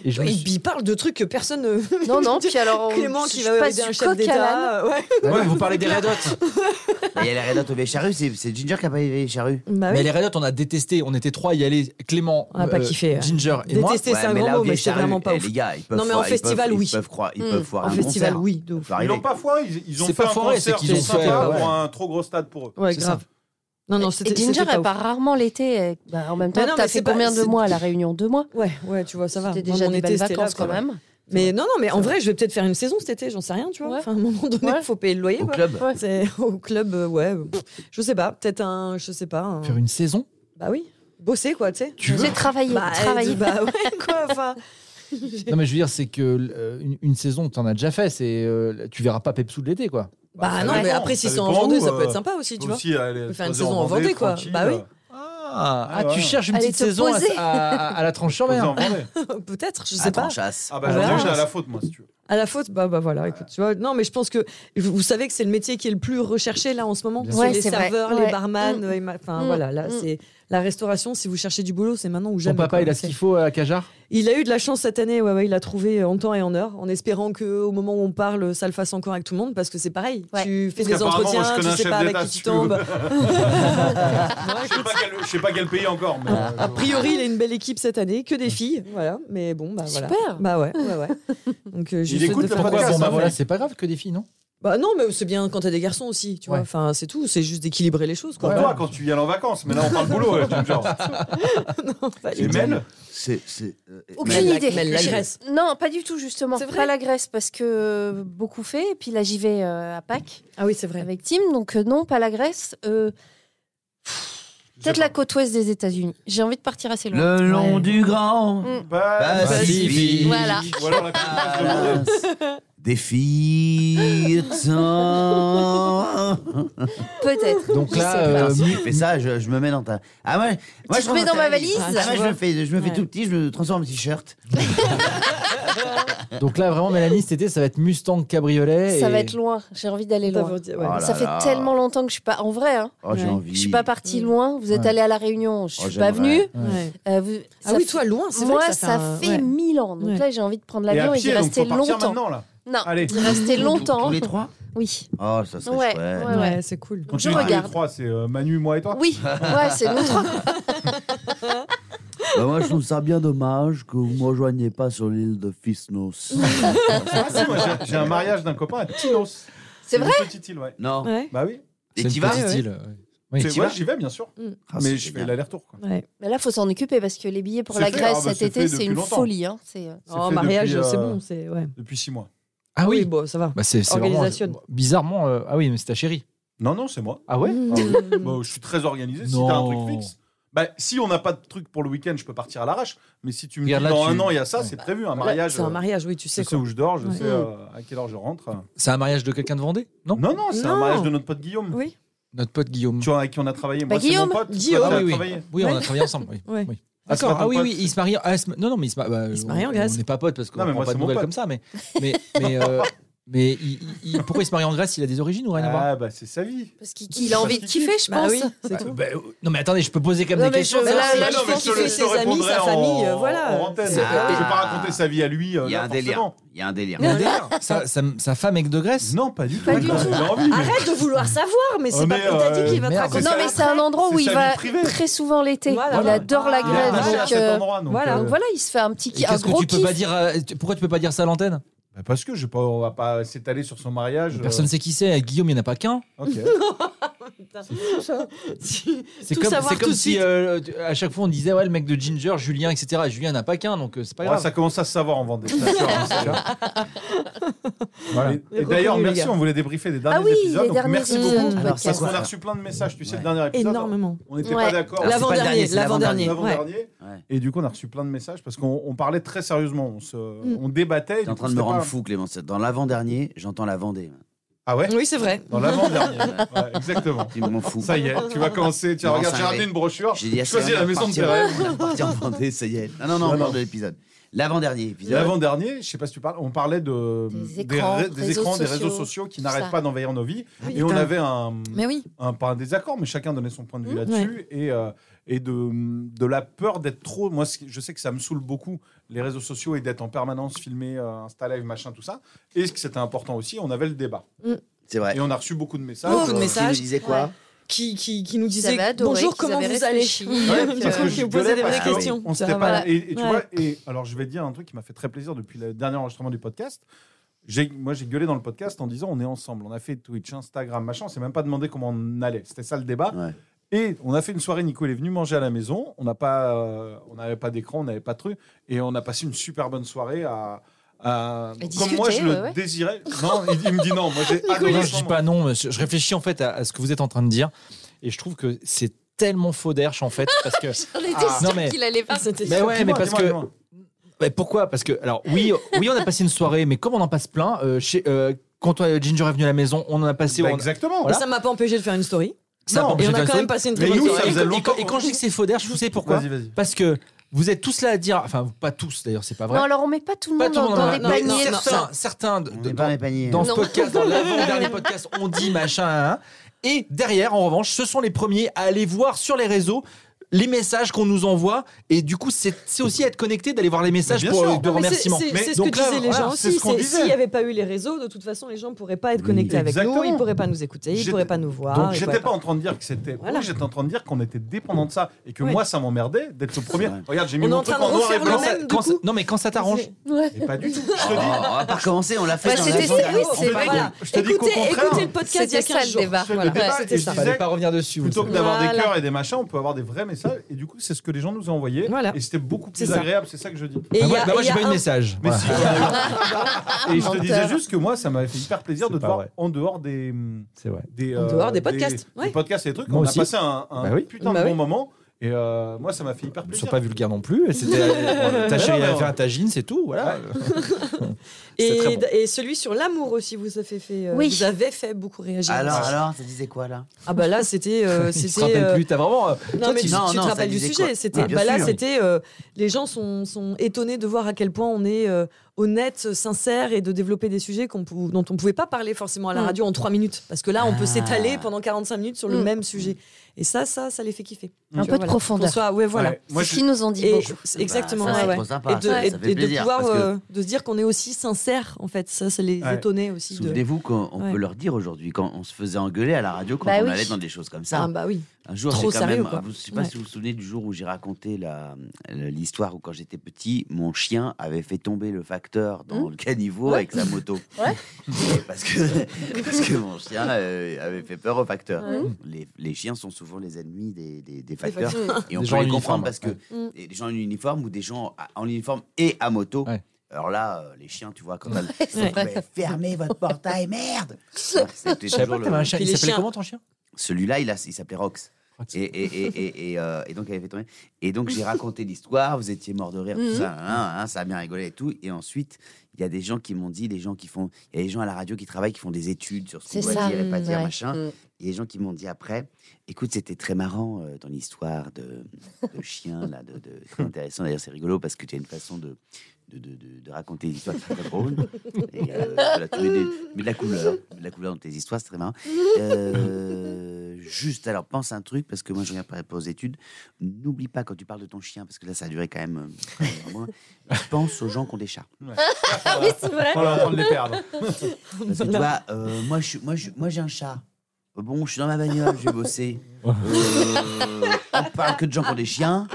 F: Et je me suis-
E: Il, il parle de trucs que personne. ne-
B: Non,
F: [laughs]
B: non, puis alors. on-
E: Clément qui
B: je
E: va
B: passe
E: aider
B: du
E: un chef
B: coq à l'âne.
E: d'État. euh, Ouais.
F: Ah oui, vous parlez des Red Hot.
A: Bah, Il y a les Red Hot au Vieille Charrue, c'est c'est Ginger qui a pas les Vieille Charrue.
E: Bah
F: Mais
E: oui.
F: les Red Hot, on a détesté. On était trois à y aller. Clément,
E: On a pas kiffé, ouais.
F: Ginger et moi.
E: Détester, c'est un grand mot, mais c'est vraiment pas
A: eh,
E: ouf.
A: Les gars, ils peuvent
E: Non, mais en
A: foirer- ils
E: festival,
A: peuvent-
E: oui. Hmm.
A: Ils peuvent croire, ils
B: Mm.
A: peuvent foirer
E: En
A: un
E: festival,
A: concert.
E: oui, de ouf.
A: Faut
D: Ils
A: arriver.
D: l'ont pas foiré, ils, ils ont
F: C'est
D: fait
F: pas
D: un
F: foiré,
D: concert
F: c'est qu'ils
D: qui
F: ont
D: sympa
F: fait, ouais.
D: pour un trop gros stade pour eux.
E: Ouais,
F: C'est
E: grave. Non, non,
B: Et
E: c'était.
B: Ginger,
E: c'était pas
B: elle
E: ouf.
B: part rarement l'été. euh, bah, en même temps,
E: Mais non, mais
B: t'as
E: c'est
B: fait
E: pas-
B: combien de
E: c'est-
B: mois à la réunion Deux mois
E: Ouais, ouais, tu vois, ça va.
B: C'était
E: Moi,
B: déjà
E: mon
B: des
E: été,
B: belles
E: c'était là,
B: vacances
E: quoi.
B: quand même.
E: Mais non, non, mais en vrai, je vais peut-être faire une saison cet été, j'en sais rien, tu vois.
B: Ouais.
E: Enfin, à un moment donné, il
B: Ouais.
E: faut payer le loyer.
A: Au
E: quoi.
A: club
E: C'est au club, euh, ouais. euh, pff, Je sais pas, peut-être un, je sais pas. un-
F: Faire une saison
D: [laughs]
E: Bah oui, bosser quoi, tu sais.
F: Tu veux
B: J'ai travaillé,
E: Bah,
B: travaillé.
E: euh,
B: [laughs]
E: bah ouais, quoi, enfin.
F: Non, mais je veux dire, c'est que euh, une, une saison, t'en as déjà fait. C'est euh, tu verras pas Pepsou de l'été, quoi.
E: Bah
D: ça
E: non, mais
D: dépend,
E: après, s'ils
D: ça
E: sont en
D: dépend
E: Vendée,
D: où,
E: ça
D: euh,
E: peut être sympa aussi, tu vois.
D: Aussi, aller
E: faire une
D: se poser
E: saison en Vendée, quoi.
D: tranquille,
E: Bah oui.
D: euh,
F: Ah,
D: ouais,
F: tu
D: ouais.
F: cherches une
B: Allez
F: petite
B: te
F: saison à,
B: poser.
F: à- à la tranche sur
D: poser
F: mer.
D: en Vendée.
E: [laughs] Peut-être, je sais
A: à
E: pas.
A: Tranchasse.
D: Ah bah
E: Voilà.
D: j'en ai une à la faute moi si tu veux.
E: À la faute, bah, bah voilà, écoute, tu vois. Non, mais je pense que vous vous savez que c'est le métier qui est le plus recherché là en ce moment.
B: Bien
E: C'est
B: sûr. Ouais,
E: les
B: c'est vrai.
E: serveurs,
B: Ouais.
E: les barman,
B: Mm.
E: euh, et ma- enfin
B: Mm.
E: voilà, là
B: Mm.
E: c'est la restauration. Si vous cherchez du boulot, c'est maintenant ou
F: Ton
E: jamais.
F: papa,
E: quoi.
F: il a ce
E: C'est-
F: qu'il faut à Cajar
E: il a eu de la chance cette année, ouais, ouais, il a trouvé euh, en temps et en heure, en espérant que au moment où on parle, ça le fasse encore avec tout le monde, parce que c'est pareil.
B: Ouais.
E: Tu fais
D: Parce
E: des
D: qu'apparemment,
E: entretiens,
D: moi, je
E: tu
D: connais un
E: sais
D: chef
E: pas avec
D: d'État,
E: qui
D: si
E: tu
D: tu
E: [laughs]
D: veux.
E: tombes.
D: Je sais pas quel- je sais pas quel pays encore, mais. euh,
E: A priori, il a une belle équipe cette année, que des filles, voilà. Mais bon, bah voilà.
C: Super.
E: Bah ouais, ouais, ouais. Donc euh, je lui
D: Il
E: souhaite
D: écoute
E: de
D: le
E: faire
D: podcast,
E: des-
F: Bon, bah
D: hein,
F: voilà, c'est pas grave que des filles, non
E: Bah non, mais c'est bien quand t'as des garçons aussi, tu
F: Ouais.
E: vois. Enfin, c'est tout, c'est juste d'équilibrer les choses,
D: Pour
E: [laughs] quoi.
D: toi, quand tu viens en vacances, mais là on parle boulot, euh, Ginger.
E: Non, pas du
D: Les
E: tout.
D: mêmes
A: C'est. c'est, euh,
B: Aucune
E: la-
B: idée.
E: mais la
B: Je-
E: Grèce.
B: Non, pas du tout, justement.
E: C'est vrai
B: Pas la Grèce, parce que euh, beaucoup fait. Et puis là, j'y vais euh, à Pâques
E: Ah oui, c'est vrai.
B: avec Tim. Donc, euh, non, pas la Grèce. euh, Peut-être la côte ouest des États-Unis. J'ai envie de partir assez loin.
A: Le long
B: Ouais.
A: du grand Bah, Pacifique.
B: Voilà.
D: bah, Ou alors la
A: Ah.
D: connaissance de monde.
A: [laughs] Des filles. tant-
B: Peut-être.
F: Donc
B: Je
F: là,
B: sais pas.
F: euh,
A: Si je fais ça, je, je me mets dans ta. Ah, moi, moi
B: Tu
A: je
B: te mets
A: rentre
B: dans ma valise
A: Ah, moi, je me fais, je me fais
B: Ouais.
A: tout petit, je me transforme en t-shirt.
F: donc là, vraiment, Mélanie, cet été, ça va être Mustang cabriolet.
B: Ça
F: et-
B: va être loin. J'ai envie d'aller
E: T'as
B: loin.
E: envie de dire, ouais.
A: Ah, Oh là
B: ça fait
A: là.
B: tellement longtemps que je suis pas. En vrai, hein,
A: Oh, j'ai
E: Ouais.
A: envie.
B: je suis pas partie
E: Mm.
B: loin. Vous êtes
F: Ouais.
B: allé à la Réunion. Je
A: Oh,
B: suis pas venue.
A: j'aimerais.
E: Ouais.
B: Euh, vous-
E: Ah
B: ça
E: oui,
B: fait-
E: toi, loin, c'est
B: Moi,
E: vrai. que
B: ça fait
E: ouais.
B: mille ans. Donc
E: Ouais.
B: là, j'ai envie de prendre
D: Et à
B: l'avion et,
D: pied,
B: d'y
D: donc
B: rester
D: faut partir
B: longtemps.
D: maintenant là.
B: Non,
D: Allez.
B: d'y rester
A: Tous
B: longtemps.
A: les trois
B: Oui.
A: Oh, ça serait
B: Ouais,
A: chouette.
B: Ouais, ouais.
E: Ouais, c'est cool.
B: Donc, je
D: Tous les
B: regarde.
D: trois, c'est euh, Manu, moi et toi.
B: Oui, ouais, c'est nous trois.
A: Bah, moi, je trouve ça bien dommage que vous me rejoigniez pas sur l'île de
B: [laughs]
A: Fisnos.
D: Ah, si, moi, j'ai- j'ai un mariage d'un copain à Tinos.
B: C'est vrai
D: Une petite île, ouais.
A: non.
E: Ouais.
D: Bah oui.
A: Et
F: C'est
A: t'y
F: une
A: vas
F: petite
E: ouais.
F: île, ouais. Oui.
D: C'est-
A: t'y
D: ouais,
A: vas
D: J'y vais, bien sûr.
A: Ah,
D: Mais
A: c'est
D: je fais
A: génial.
D: l'aller-retour. quoi.
B: Mais là, faut s'en occuper parce que les billets pour
D: C'est
B: la
D: fait,
B: Grèce
D: ah bah,
B: cet
D: c'est fait
B: été, c'est
D: depuis
B: une
D: longtemps.
B: folie. Hein. C'est, euh,
D: C'est
E: En
D: fait
E: mariage,
D: depuis, euh,
E: c'est bon, c'est ouais.
D: Depuis six mois.
F: Ah oui,
E: bon, ça va.
F: Bah, c'est c'est vraiment-
E: Organisation.
F: Bizarrement, euh, ah oui, mais c'est ta chérie.
D: Non, non, c'est moi.
F: Ah ouais
D: Bah, je suis très organisé. Si
F: Non.
D: t'as un truc fixe. Bah, si on n'a pas de truc pour le week-end, je peux partir à l'arrache. Mais si tu me dis
F: Regarde, là,
D: dans
F: tu-
D: un an, il y a ça, c'est prévu. Un
E: Là,
D: mariage.
E: C'est un
D: euh,
E: mariage, oui, tu sais
D: Je sais
E: quoi.
D: où je dors, je
E: Ouais.
D: sais euh, à quelle heure je rentre.
F: C'est un mariage de quelqu'un de Vendée Non
D: Non, non, c'est un
E: Non.
D: mariage de notre pote Guillaume.
E: Oui.
F: Notre pote Guillaume.
D: Tu vois, avec qui on a travaillé.
B: Bah,
D: Moi, c'est mon
B: Guillaume,
D: pote.
E: Guillaume.
D: Toi,
F: Ah
D: t'as
F: oui, oui.
D: travaillé.
F: oui, on a travaillé ensemble. Oui.
E: Ouais.
F: Oui.
D: Ah, c'est
F: D'accord.
D: pas ton
F: Ah oui,
D: pote.
F: oui, il se marie. ah, il se- Non, non, mais il se marie.
E: Il se marie en Grèce.
F: On n'est pas potes parce qu'on
D: Non, mais
F: prend
D: moi,
F: pas
D: c'est
F: de
D: mon
F: nouvelles
D: pote.
F: comme ça. Mais, mais, mais,
E: [laughs]
F: euh, mais il- il- il- pourquoi il se marie en Grèce Il a des origines ou rien à voir
D: Ah, bah, c'est sa vie.
B: parce qu'il qu'il a envie de kiffer, je
E: Bah
B: pense.
E: oui, c'est tout.
F: Bah, euh, Non, mais attendez, je peux poser comme
E: Non,
F: des
E: mais
F: questions.
E: je-
F: ça,
E: là,
F: c'est-
E: là,
D: Ah
E: je
D: non, mais
E: pense
D: te le-
E: qu'il fait
D: te le
E: ses amis,
D: répondrai
E: sa
D: en-
E: famille, euh, voilà.
D: En antenne.
E: C'est-
D: Je vais pas
A: Ah.
D: raconter sa vie à lui. euh,
A: Il y a un
D: là,
A: délire.
D: forcément.
A: Il y a un délire.
D: Il y a un délire.
F: Sa, sa, sa femme est de Grèce
D: Non, pas du tout.
B: Pas du
D: D'accord,
B: tout.
D: J'ai envie. mais-
E: [laughs] Arrête de vouloir savoir, mais
D: Oh,
E: c'est pas
D: mais,
E: comme t'as dit qu'il va te
F: merde.
E: raconter.
B: Non,
D: ça.
B: mais c'est un endroit où
D: C'est
B: il
D: sa
B: va
D: vie privée.
B: très souvent l'été.
E: Voilà.
B: Il adore la
E: Ah,
D: Il est
B: Grèce.
D: attaché à
B: donc,
D: cet
B: euh,
D: endroit. donc,
E: voilà.
D: euh,
B: Voilà, il se fait un petit
F: Et
B: ki- un
F: Qu'est-ce que
B: gros
F: tu peux pas
B: kiff.
F: dire euh, tu- Pourquoi tu peux pas dire ça à l'antenne
D: bah, Parce que je vais pas- on va pas s'étaler sur son mariage. euh,
F: Personne sait qui c'est. Guillaume, il n'y en a pas qu'un.
D: ok.
E: [laughs]
F: C'est
E: Tout
F: comme,
E: savoir
F: c'est comme
E: tout de
F: si
E: suite.
F: euh, tu- à chaque fois on disait ouais le mec de Ginger, Julien, etc. Julien n'a pas qu'un, donc euh, c'est pas
D: Ouais,
F: grave.
D: ça commence à se savoir en Vendée. c'est sûr, hein, c'est sûr.
B: [laughs]
F: Voilà.
D: Et- Et,
E: Reconnu,
D: d'ailleurs,
E: les
D: merci,
E: gars.
D: on voulait débriefer les derniers
B: Ah oui,
D: épisodes.
B: les
D: donc
B: derniers
D: merci
E: épisodes
D: beaucoup.
E: de
A: Alors, c'est
D: Parce qu'on
A: quoi
D: a
A: faire
D: reçu plein de messages, tu sais,
A: Ouais.
D: le dernier épisode.
E: Énormément.
D: On n'était pas
B: Ouais.
D: d'accord.
A: Alors, c'est pas le
E: L'avant-dernier,
A: dernier, c'est
E: l'avant-dernier. Ouais.
D: L'avant-dernier.
A: Ouais.
D: Et du coup, on a reçu plein de messages parce qu'on on parlait très sérieusement. On, se,
E: Mm.
D: on débattait. et
A: T'es
D: du
A: en
D: coup,
A: train de me
D: c'était
A: rendre
D: pas-
A: fou, Clément. C'est Dans l'avant-dernier, j'entends la Vendée.
D: Ah ouais
E: Oui, c'est vrai.
A: [laughs]
D: Dans l'avant-dernier. Ouais, exactement.
A: Tu m'en fous.
D: Ça y est, tu vas commencer. Tu
A: Non,
D: regardes,
A: ça
D: j'ai
A: arrive.
D: ramené une brochure.
A: J'ai dit à
D: Choisis
A: Céline
D: la maison de tes
A: partir-
D: rêves.
A: Partir en Vendée, ça y est. Non, non, non, on
D: Non,
A: parle
D: non.
A: de l'épisode. L'avant-dernier épisode.
D: L'avant-dernier, je sais pas si tu parles, on parlait de,
B: Des écrans,
D: ra- des,
B: réseaux
D: écrans, des réseaux
B: sociaux,
D: sociaux qui
B: tout
D: n'arrêtent
B: ça.
D: pas d'envahir nos vies. et on avait un,
E: Mais oui.
D: un, pas un désaccord, mais chacun donnait son point de vue
E: Mhm.
D: là-dessus et, euh, et de, de la peur d'être trop. Moi, ce qui- je sais que ça me saoule beaucoup les réseaux sociaux et d'être en permanence filmé, euh, Insta Live, machin, tout ça. Et ce qui c'était important aussi, on avait le débat.
A: C'est vrai.
D: Et on a reçu beaucoup de messages.
E: Beaucoup de
D: euh,
E: messages.
A: Qui nous disait quoi
E: Qui, qui, qui nous
B: Ils avaient
E: disait
B: adoré,
E: bonjour,
B: qu'ils
E: comment
B: avaient
E: vous allez
B: réfléchi,
D: Ouais,
B: que-
D: parce
E: Parce
D: que
E: qui
D: je
E: vous posait
D: gueulais
E: des vraies
D: parce que
E: questions.
D: on s'était
E: Ça
D: pas-
E: va.
D: et, et tu
E: Ouais.
D: vois, et alors je vais dire un truc qui m'a fait très plaisir depuis le dernier enregistrement du podcast. J'ai- Moi, j'ai gueulé dans le podcast en disant on est ensemble. On a fait Twitch, Instagram, machin. On s'est même pas demandé comment on allait. C'était ça le débat.
A: Ouais.
D: Et on a fait une soirée. Nico, il est venu manger à la maison. On n'a pas, euh, on n'avait pas d'écran, on n'avait pas de truc. Et on a passé une super bonne soirée à. à-
B: À discuter,
D: comme moi, je
B: ouais,
D: le
B: ouais.
D: désirais. Non, il, il me dit non. Moi,
E: [laughs]
D: j'ai
F: Non,
D: adoré.
F: non,
D: ce
F: je dis
D: moment.
F: pas non, mais je je réfléchis en fait à, à ce que vous êtes en train de dire et je trouve que c'est tellement faux d'herche en fait parce
D: [laughs]
F: que
B: On était
D: Ah.
B: sûrs
F: Non, mais-
B: qu'il allait pas.
E: C'était
F: mais ouais mais
D: Dis-moi,
F: parce
D: dis-moi,
F: que
D: dis-moi.
F: mais pourquoi parce que alors oui oui on a passé une soirée mais comme on en passe plein euh, chez euh, quand euh, Ginger est venu à la maison on en a passé
D: Bah,
F: on-
D: exactement.
F: Voilà.
E: Ça m'a pas empêché de faire une story.
F: ça,
D: non,
F: bon,
D: mais
E: Et
F: j'ai
E: on
F: fait
E: a
F: un
E: quand
F: truc.
E: même passé une
D: Mais
E: très bonne
D: nous, ça
E: soirée.
D: faisait
F: et, quand-
D: longtemps
F: et quand je dis que c'est faux d'herche vous savez pourquoi
D: Vas-y, vas-y.
F: parce que Vous êtes tous là à dire, enfin pas tous d'ailleurs, c'est pas vrai.
B: Non, alors on met pas tout le
F: pas
B: monde
F: tout le
B: dans,
F: monde
B: dans
F: en a-
B: des
F: non,
B: paniers.
F: certains,
B: tout ça.
F: certains de-
A: On
F: de-
A: n'est pas dans les paniers.
F: dans ce
B: Non.
F: podcast,
E: [laughs]
F: dans l'avant-dernier podcast, on dit machin. hein. Et derrière, en revanche, ce sont les premiers à aller voir sur les réseaux les messages qu'on nous envoie. Et du coup, c'est c'est aussi être connecté, d'aller voir les messages
D: Mais bien
F: pour
D: sûr.
F: euh, de
D: Non,
E: mais c'est-
F: remerciements.
E: C'est
D: Mais
E: c'est ce que
F: donc là,
E: disaient les
F: voilà,
E: gens
D: c'est
E: aussi.
D: ce qu'on
E: c'est-
D: disait.
E: S'il n'y avait pas eu les réseaux, de toute façon, les gens ne pourraient pas être
A: Oui,
E: connectés avec nous, ils
D: exactement.
E: ne pourraient pas nous écouter, ils ne
D: J'étais-
E: pourraient Bah, pas nous voir.
D: Donc
E: ils
D: j'étais
E: pourraient
D: pas en train de dire que c'était.
E: Voilà.
D: Oui, j'étais en train de dire qu'on était dépendant de ça et que
E: Ouais.
D: moi ça m'emmerdait d'être le premier.
A: vrai.
D: Regarde, j'ai mis
E: On est
D: mon
E: en train
D: truc
E: de
D: en noir et
E: refaire le
D: blanc.
E: même.
D: Ça-
F: Quand ça- non, mais quand ça t'arrange,
B: Ouais.
D: Mais pas du tout. Je te
F: [laughs]
A: Oh,
D: dis.
A: on va pas recommencer, on l'a fait
B: Bah,
A: dans la
B: c'était-
A: zone.
B: oui,
D: Je te
B: c'est
D: dis
B: vrai.
D: qu'on- je te dis qu'au
E: Écoutez,
D: contraire.
E: écoutez le podcast il y a
B: C'était
E: 15
B: ça le
E: jours.
B: débat.
D: je fais le
B: voilà.
D: débat
B: Ouais,
D: et
E: c'était
D: je
E: ça.
D: disais-
F: fallait pas revenir dessus. vous le
D: Plutôt que
F: savez.
D: d'avoir des
E: Voilà.
D: cœurs et des machins, on peut avoir des vrais messages. Et du coup, c'est ce que les gens nous ont envoyé.
E: Voilà.
D: Et c'était beaucoup
E: C'est
D: plus
E: ça.
D: agréable, c'est ça que je dis.
E: Et
F: Bah
E: il y
F: moi,
E: a-
F: bah moi,
E: et il y
F: j'ai
E: a
F: pas eu de
E: un-
F: message.
D: Mais
F: Voilà.
D: si,
F: [laughs]
D: et je te disais
B: Menteur.
D: juste que moi, ça m'avait fait hyper plaisir
F: C'est
D: de te
F: pas
D: voir
F: vrai.
D: en dehors des. hum,
F: C'est vrai.
D: des
E: En
D: euh,
E: dehors des podcasts,
D: Des,
E: ouais.
D: podcasts et des trucs.
F: Moi
D: on
F: aussi.
D: a passé un, un
F: Bah oui.
D: putain
E: Bah
D: de bon
E: oui.
D: moment. Et euh, moi, ça m'a fait hyper
F: Ils
D: plaisir.
F: sont pas vulgaires non plus. C'était euh, ta
D: Ouais,
F: chérie
D: ouais,
F: a
D: ouais.
F: fait un tagine, c'est tout. Voilà. C'est très
E: Et,
F: bon.
E: et celui sur l'amour aussi, vous, ça fait, fait, euh,
B: Oui.
E: vous avez fait beaucoup réagir.
A: Alors,
E: aussi.
A: alors, ça disait quoi là
E: Ah bah là, c'était... euh,
F: Tu te
E: c'était,
F: rappelles
E: euh,
F: plus.
D: [laughs]
F: T'as vraiment. euh,
E: Non, mais
A: tu-
E: tu,
A: Non,
E: tu
A: non,
E: te
A: ça
E: rappelles du
A: disait
E: sujet.
A: quoi
E: C'était,
A: Ah, bien
E: bah là,
A: sûr.
E: c'était. euh, les gens sont, sont étonnés de voir à quel point on est euh, honnête, sincère et de développer des sujets qu'on, pou- dont on ne pouvait pas parler forcément à la
B: Mm.
E: radio en 3 minutes. Parce que là, on peut
A: Ah.
E: s'étaler pendant 45 minutes sur le
B: Mm.
E: même sujet. Et ça, ça, ça les fait kiffer.
B: Un peu
E: Tu vois,
B: de
E: voilà.
B: profondeur.
E: Qu'on soit- ouais, voilà.
D: Ouais. Moi,
B: C'est ce
D: je-
B: qu'ils nous ont dit
E: Et-
B: beaucoup.
E: c'est exactement,
A: Bah, ça,
E: ouais,
A: c'est
E: ouais.
A: trop sympa,
E: Et de,
A: ça,
E: et-
A: ça
E: et
A: fait
E: de
A: plaisir.
E: pouvoir
A: parce que-
E: euh, de se dire qu'on est aussi sincère, en fait. Ça, ça les
D: Ouais.
E: étonnait aussi. De...
A: Souvenez-vous qu'on on
E: Ouais.
A: peut leur dire aujourd'hui, quand on se faisait engueuler à la radio, quand
B: Bah
A: on
B: oui.
A: allait dans des choses comme ça.
E: Ah, bah oui.
A: Un jour,
E: Trop
A: j'ai quand
E: sérieux,
A: même.
E: quoi.
A: vous- Je sais pas
E: Ouais.
A: si vous vous souvenez du jour où j'ai raconté la- l'histoire où, quand j'étais petit, mon chien avait fait tomber le facteur dans le caniveau avec sa moto.
B: Ouais.
A: Et Parce, que, [laughs] parce que mon chien euh, avait fait peur au facteur. Mmh.
B: Mhm.
A: Les, les chiens sont souvent les ennemis des, des- des facteurs. Et on peut
F: Des gens
A: les
F: en uniforme,
A: comprendre parce que
E: ouais.
A: et des gens en uniforme ou des gens à- en uniforme et à moto.
F: Ouais.
A: Alors là, euh, les chiens, tu vois, quand t'as-
B: C'est vrai.
A: Ouais, fermez votre portail, merde C'était
F: Je savais pas
A: toujours
F: que
A: le-
F: t'avais un chien.
E: Puis
F: Il
E: les
F: s'appelait
E: chiens.
F: comment ton chien
A: Celui-là, il, a- il s'appelait Rox. Et, et, et, et, et, euh, et donc, elle avait fait tomber. Et donc, j'ai
B: [laughs]
A: raconté l'histoire, vous étiez mort de rire,
B: Mhm.
A: tout ça, hein, hein, ça a bien rigolé et tout. Et ensuite, il y a des gens qui m'ont dit, des gens qui font, il y a des gens à la radio qui travaillent, qui font des études sur ce qu'on
B: C'est
A: doit
B: ça.
A: dire et pas dire,
B: Ouais.
A: machin.
B: Mm.
A: Il y a des gens qui m'ont dit après, écoute, c'était très marrant euh, ton histoire de, de chien, là, de, de- très intéressant. D'ailleurs, c'est rigolo parce que tu as une façon de, de, de- de- de raconter des histoires qui sont très drôle. Et, euh, voilà, tu mets, des- mets de la couleur, mets de la couleur dans tes histoires, c'est très marrant. Euh, juste, alors, pense à un truc, parce que moi, je regarde pas pas aux études. N'oublie pas quand tu parles de ton chien, parce que là, ça a duré quand même. euh, un moment. pense aux gens qui ont des chats.
B: Ah oui, c'est vrai.
D: On est en train de les [laughs] perdre.
A: Parce que tu vois, euh, moi, je suis- moi, je- moi, j'ai un chat. Euh, Bon, je suis dans ma bagnole, je vais bosser. Euh, on parle que de gens qui ont des chiens.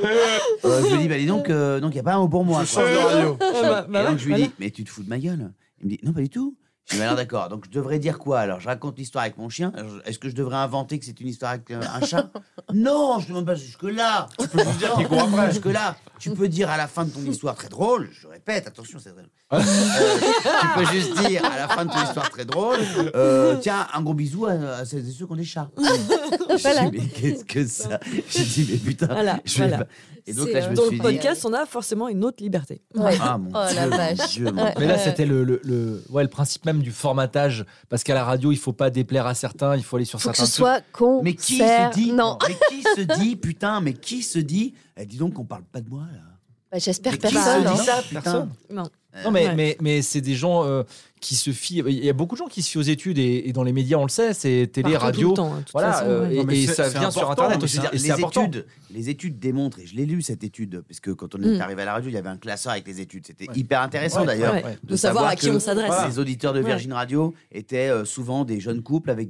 A: Euh, je lui dis, bah dis donc, euh, donc il n'y a pas un pour moi. quoi. Euh,
F: [laughs]
E: Ah, bah, bah
A: Et donc
E: ouais,
A: je lui
E: voilà.
A: dis, mais tu te fous de ma gueule Il me dit, non, pas du tout. Je lui dis, bah alors d'accord, donc je devrais dire quoi Alors je raconte l'histoire avec mon chien. Alors, Est-ce que je devrais inventer que c'est une histoire avec euh, un chat Non, je ne demande pas jusque-là. Tu peux dire
D: qu'il court après.
A: Jusque-là, tu peux dire à la fin de ton histoire très drôle, je répète, attention, c'est très drôle. Euh, tu peux juste dire à la fin de ton histoire très drôle, euh, tiens, un gros bisou à, à celles et ceux qui ont des chats. Je
B: Voilà.
A: dis, mais qu'est-ce que ça J'ai dit, mais putain,
E: Voilà,
A: je vais
E: voilà.
A: pas- Et donc
B: C'est,
A: là, je
B: euh,
A: me
E: Dans
A: suis
E: le
A: dit.
E: podcast, on a forcément une autre liberté.
B: Ouais.
A: Ah mon
B: Oh, la
A: Dieu, mon
B: vache.
A: Dieu, mon
B: Ouais.
A: Dieu.
F: Mais là,
B: Ouais.
F: c'était le, le, le- ouais, le principe même du formatage. Parce qu'à la radio, il faut pas déplaire à certains, il faut aller sur
B: Faut que
F: certains
B: ce soit con.
A: Mais qui se dit
B: Non.
A: Mais qui se dit putain Mais qui se dit eh, Dis donc qu'on parle pas de moi là.
B: Bah, J'espère
A: Mais qui
B: personne.
A: se dit
B: hein.
A: ça Putain.
E: Non.
F: Non, mais,
E: Ouais.
F: mais, mais c'est des gens euh, qui se fient. Il y a beaucoup de gens qui se fient aux études et, et dans les médias, on le sait, c'est télé,
E: Partout, tout
F: radio.
E: le temps, hein, de toute
F: voilà,
E: façon,
F: euh,
E: ouais.
F: et-
D: Non, mais
F: et,
D: c'est-
F: ça
D: c'est
F: vient sur
D: important,
F: Internet
A: Je
F: aussi.
A: veux dire,
F: Et
A: les
F: c'est important.
A: études, les études démontrent, et je l'ai lu cette étude, parce que quand on est
E: Mm.
A: arrivé à la radio, il y avait un classeur avec les études. C'était
F: Ouais.
A: hyper intéressant
F: Ouais,
A: d'ailleurs.
E: ouais. De savoir à qui
A: que
E: on s'adresse.
A: voilà, Les auditeurs de
E: Ouais.
A: Virgin Radio étaient euh, souvent des jeunes couples avec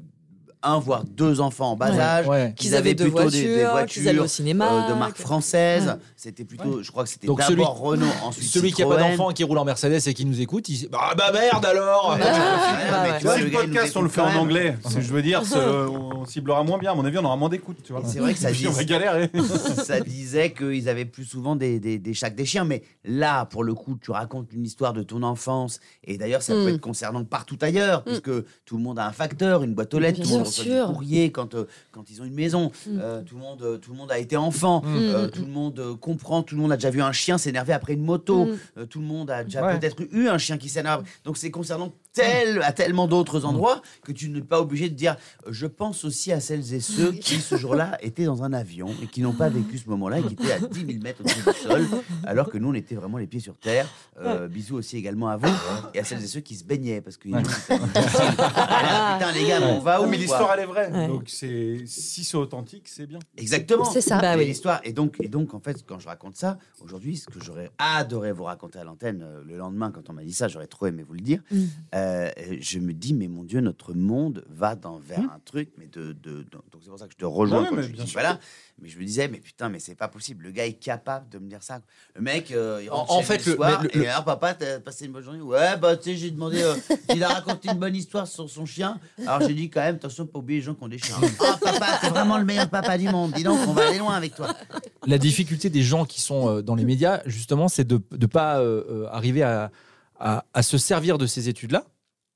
A: un voire deux enfants en bas
E: Ouais.
A: âge,
F: Ouais.
A: qu'ils avaient
E: deux
A: plutôt des, des
E: qu'ils allaient au
A: voitures
E: cinéma,
A: euh, de marque
E: que-
A: française. C'était plutôt, je crois que c'était
F: Donc
A: d'abord
F: celui-
A: Renault, ensuite
F: Celui qui a pas
A: Citroën.
F: d'enfant, qui roule en Mercedes et qui nous écoute, il se dit, Bah, bah merde alors
A: Ah, Ouais,
E: Bah
A: mais
E: ouais.
A: tu
F: [laughs]
A: vois,
D: Si le
A: gars, il nous
D: podcast, on le
A: écoute
D: fait
A: quand
D: en
A: même.
D: anglais, c'est- je veux dire,
E: [laughs]
D: c'est- on ciblera moins bien. À mon avis, on aura moins d'écoute. tu vois.
A: Et C'est vrai que ça,
D: Puis
A: dis-
D: [laughs] on va galérer.
A: [laughs] ça disait qu'ils avaient plus souvent des, des, des chats que des chiens. Mais là, pour le coup, tu racontes une histoire de ton enfance. Et d'ailleurs, ça peut
B: Hmm.
A: être concernant partout ailleurs, puisque tout le monde a un facteur, une boîte aux lettres,
B: Bien
A: tout le monde
B: sûr.
A: reçoit
B: sûr.
A: des courriers quand, euh, quand ils ont une maison. Euh, tout, le monde, euh, tout le monde a été enfant. Euh, tout le monde euh, comprend. Tout le monde a déjà vu un chien s'énerver après une moto. Euh, tout le monde a déjà
F: Ouais.
A: peut-être eu un chien qui s'énerve. Donc c'est concernant tel, à tellement d'autres endroits
D: Mm.
A: que tu n'es pas obligé de dire euh, je pense aussi à celles et ceux qui ce
D: [laughs]
A: jour-là étaient dans un avion et qui n'ont pas vécu ce moment-là et qui étaient à 10 000 mètres au-dessus du sol alors que nous on était vraiment les pieds sur terre. Euh, bisous aussi également à vous et à celles et ceux qui se baignaient parce que
D: [laughs]
A: Ah, putain les gars mais on va où
D: Ah,
A: quoi
D: mais l'histoire, elle est vraie.
E: Ouais.
D: Donc, c'est si c'est authentique, c'est bien.
A: Exactement.
B: C'est ça.
E: Bah
A: Mais
E: oui.
A: l'histoire. Et donc, et donc, en fait, quand je raconte ça, aujourd'hui, ce que j'aurais adoré vous raconter à l'antenne euh, le lendemain, quand on m'a dit ça, j'aurais trop aimé vous le dire.
D: Mm.
A: euh, je me dis, mais mon Dieu, notre monde va dans, vers un truc. Mais de, de- de- donc, c'est pour ça que je te rejoins
D: Mm. Ouais,
A: quand
D: mais
A: tu
D: bien
A: dis,
D: sûr.
A: voilà. Mais je me disais, mais putain, mais c'est pas possible. Le gars est capable de me dire ça. Le mec, euh, il
F: En-
A: rentre
F: en
A: chez
F: fait,
A: lui
F: le-
A: le soir
F: mais le-
A: et alors, papa, t'as passé une bonne journée. Ouais, bah, tu sais, j'ai demandé. euh, [laughs] il a raconté une bonne histoire sur son chien. Alors, j'ai dit quand même, attention, pas oublier les gens qui ont des
F: [laughs]
A: chiens. Ah, papa, t'es vraiment le meilleur papa du monde. Dis donc, on va aller loin avec toi.
F: la difficulté des gens qui sont euh, dans les médias, justement, c'est de ne pas euh, euh, arriver à, à- à se servir de ces études-là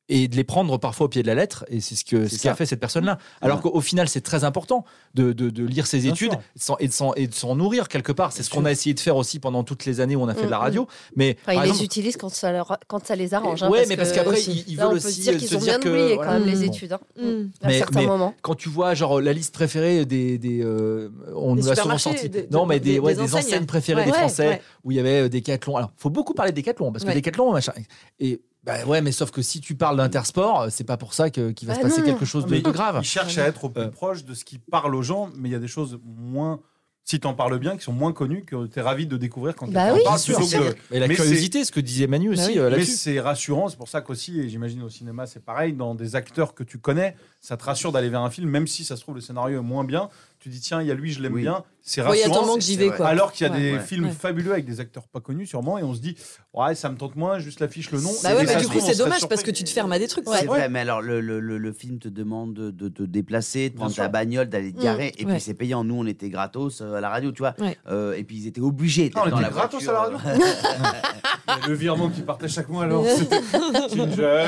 F: et de les prendre parfois au pied de la lettre. Et c'est ce que
A: C'est
F: ce qu'a
A: ça.
F: fait cette personne-là. Alors qu'au final, c'est très important de, de- de lire ses
D: Bien
F: études
D: sûr.
F: et de s'en- et de s'en- et de s'en nourrir quelque part. C'est ce qu'on a essayé de faire aussi pendant toutes les années où on a fait de la
B: Mm,
F: radio. Mais
B: Enfin, ils
F: par exemple-
B: les utilisent quand ça, leur- quand ça les arrange. hein,
F: Ouais, mais parce
B: que-
F: qu'après,
B: aussi.
F: ils- ils
B: Là,
F: veulent
B: on peut se
F: aussi,
B: dire
F: euh, se
B: qu'ils ont
F: dire
B: bien
F: que,
B: oublié
F: voilà.
B: quand même
E: Mm.
B: les études. hein,
E: Mm.
B: À
F: Mais-
B: certains
F: mais-
B: moments.
F: quand tu vois genre la liste préférée des, des euh, on
E: Des
F: nous l'a souvent
E: supermarchés,
F: sorti
E: des-
F: non mais des,
E: des-
F: ouais,
E: des
F: des
E: enseignes.
F: enseignes préférées
E: Ouais.
F: des
E: Ouais,
F: Français
E: ouais.
F: où il y avait euh, Decathlon alors faut beaucoup parler de Decathlon parce que
E: Ouais.
F: Decathlon machin et bah ouais mais sauf que si tu parles d'Intersport euh, c'est pas pour ça que qu'il va
B: Bah
F: se passer
B: non.
F: quelque chose de,
D: Mais Ah
F: de grave
D: Ils cherchent à être au plus
F: Euh.
D: proche de ce qui parle aux gens, mais il y a des choses moins, si t'en parles bien, qui sont moins connues, que t'es ravi de découvrir quand
B: Bah
D: t'en
B: oui,
D: parles,
F: bien
D: plutôt
B: sûr.
D: que de-
F: et la
D: Mais
F: curiosité ce que disait Manu aussi
E: oui.
F: euh,
D: Mais
F: là-dessus
D: c'est rassurant, c'est pour ça qu'aussi, et j'imagine au cinéma c'est pareil, dans des acteurs que tu connais, ça te rassure d'aller vers un film, même si ça se trouve le scénario est moins bien, tu dis tiens, il y a lui, je l'aime
A: Oui.
D: bien, c'est
E: Bon, Il y a
D: rassurant.
E: tellement que
A: c'est-
E: j'y
A: c'est
E: vais,
A: vrai.
E: quoi.
D: Alors qu'il y a
A: Ouais.
D: des
A: Ouais.
D: films
E: Ouais.
D: fabuleux avec des acteurs pas connus sûrement, et on se dit ouais, ça me tente moins, juste l'affiche, le nom.
E: Bah
D: Et
E: ouais,
D: ça
E: mais
D: se
E: du
D: trouve,
E: coup,
D: on
E: c'est
D: serait
E: dommage parce que
D: surpris.
F: [laughs]
E: tu te fermes à des trucs.
A: C'est
E: quoi.
A: vrai, mais alors le, le- le- le film te demande de, de te déplacer, de
D: Bien
A: prendre
D: sûr.
A: ta bagnole, d'aller te garer,
F: Mm.
A: et
E: Ouais.
A: puis c'est payant. Nous, on était gratos euh, à la radio, tu vois.
E: Ouais.
A: Euh, et puis ils étaient obligés. d'être
D: Ah, on
A: dans
D: était
A: la
D: gratos
A: voiture,
D: à la radio
A: euh,
D: Et Le virement qui partait chaque mois alors,
E: [laughs]
D: c'était Ginger,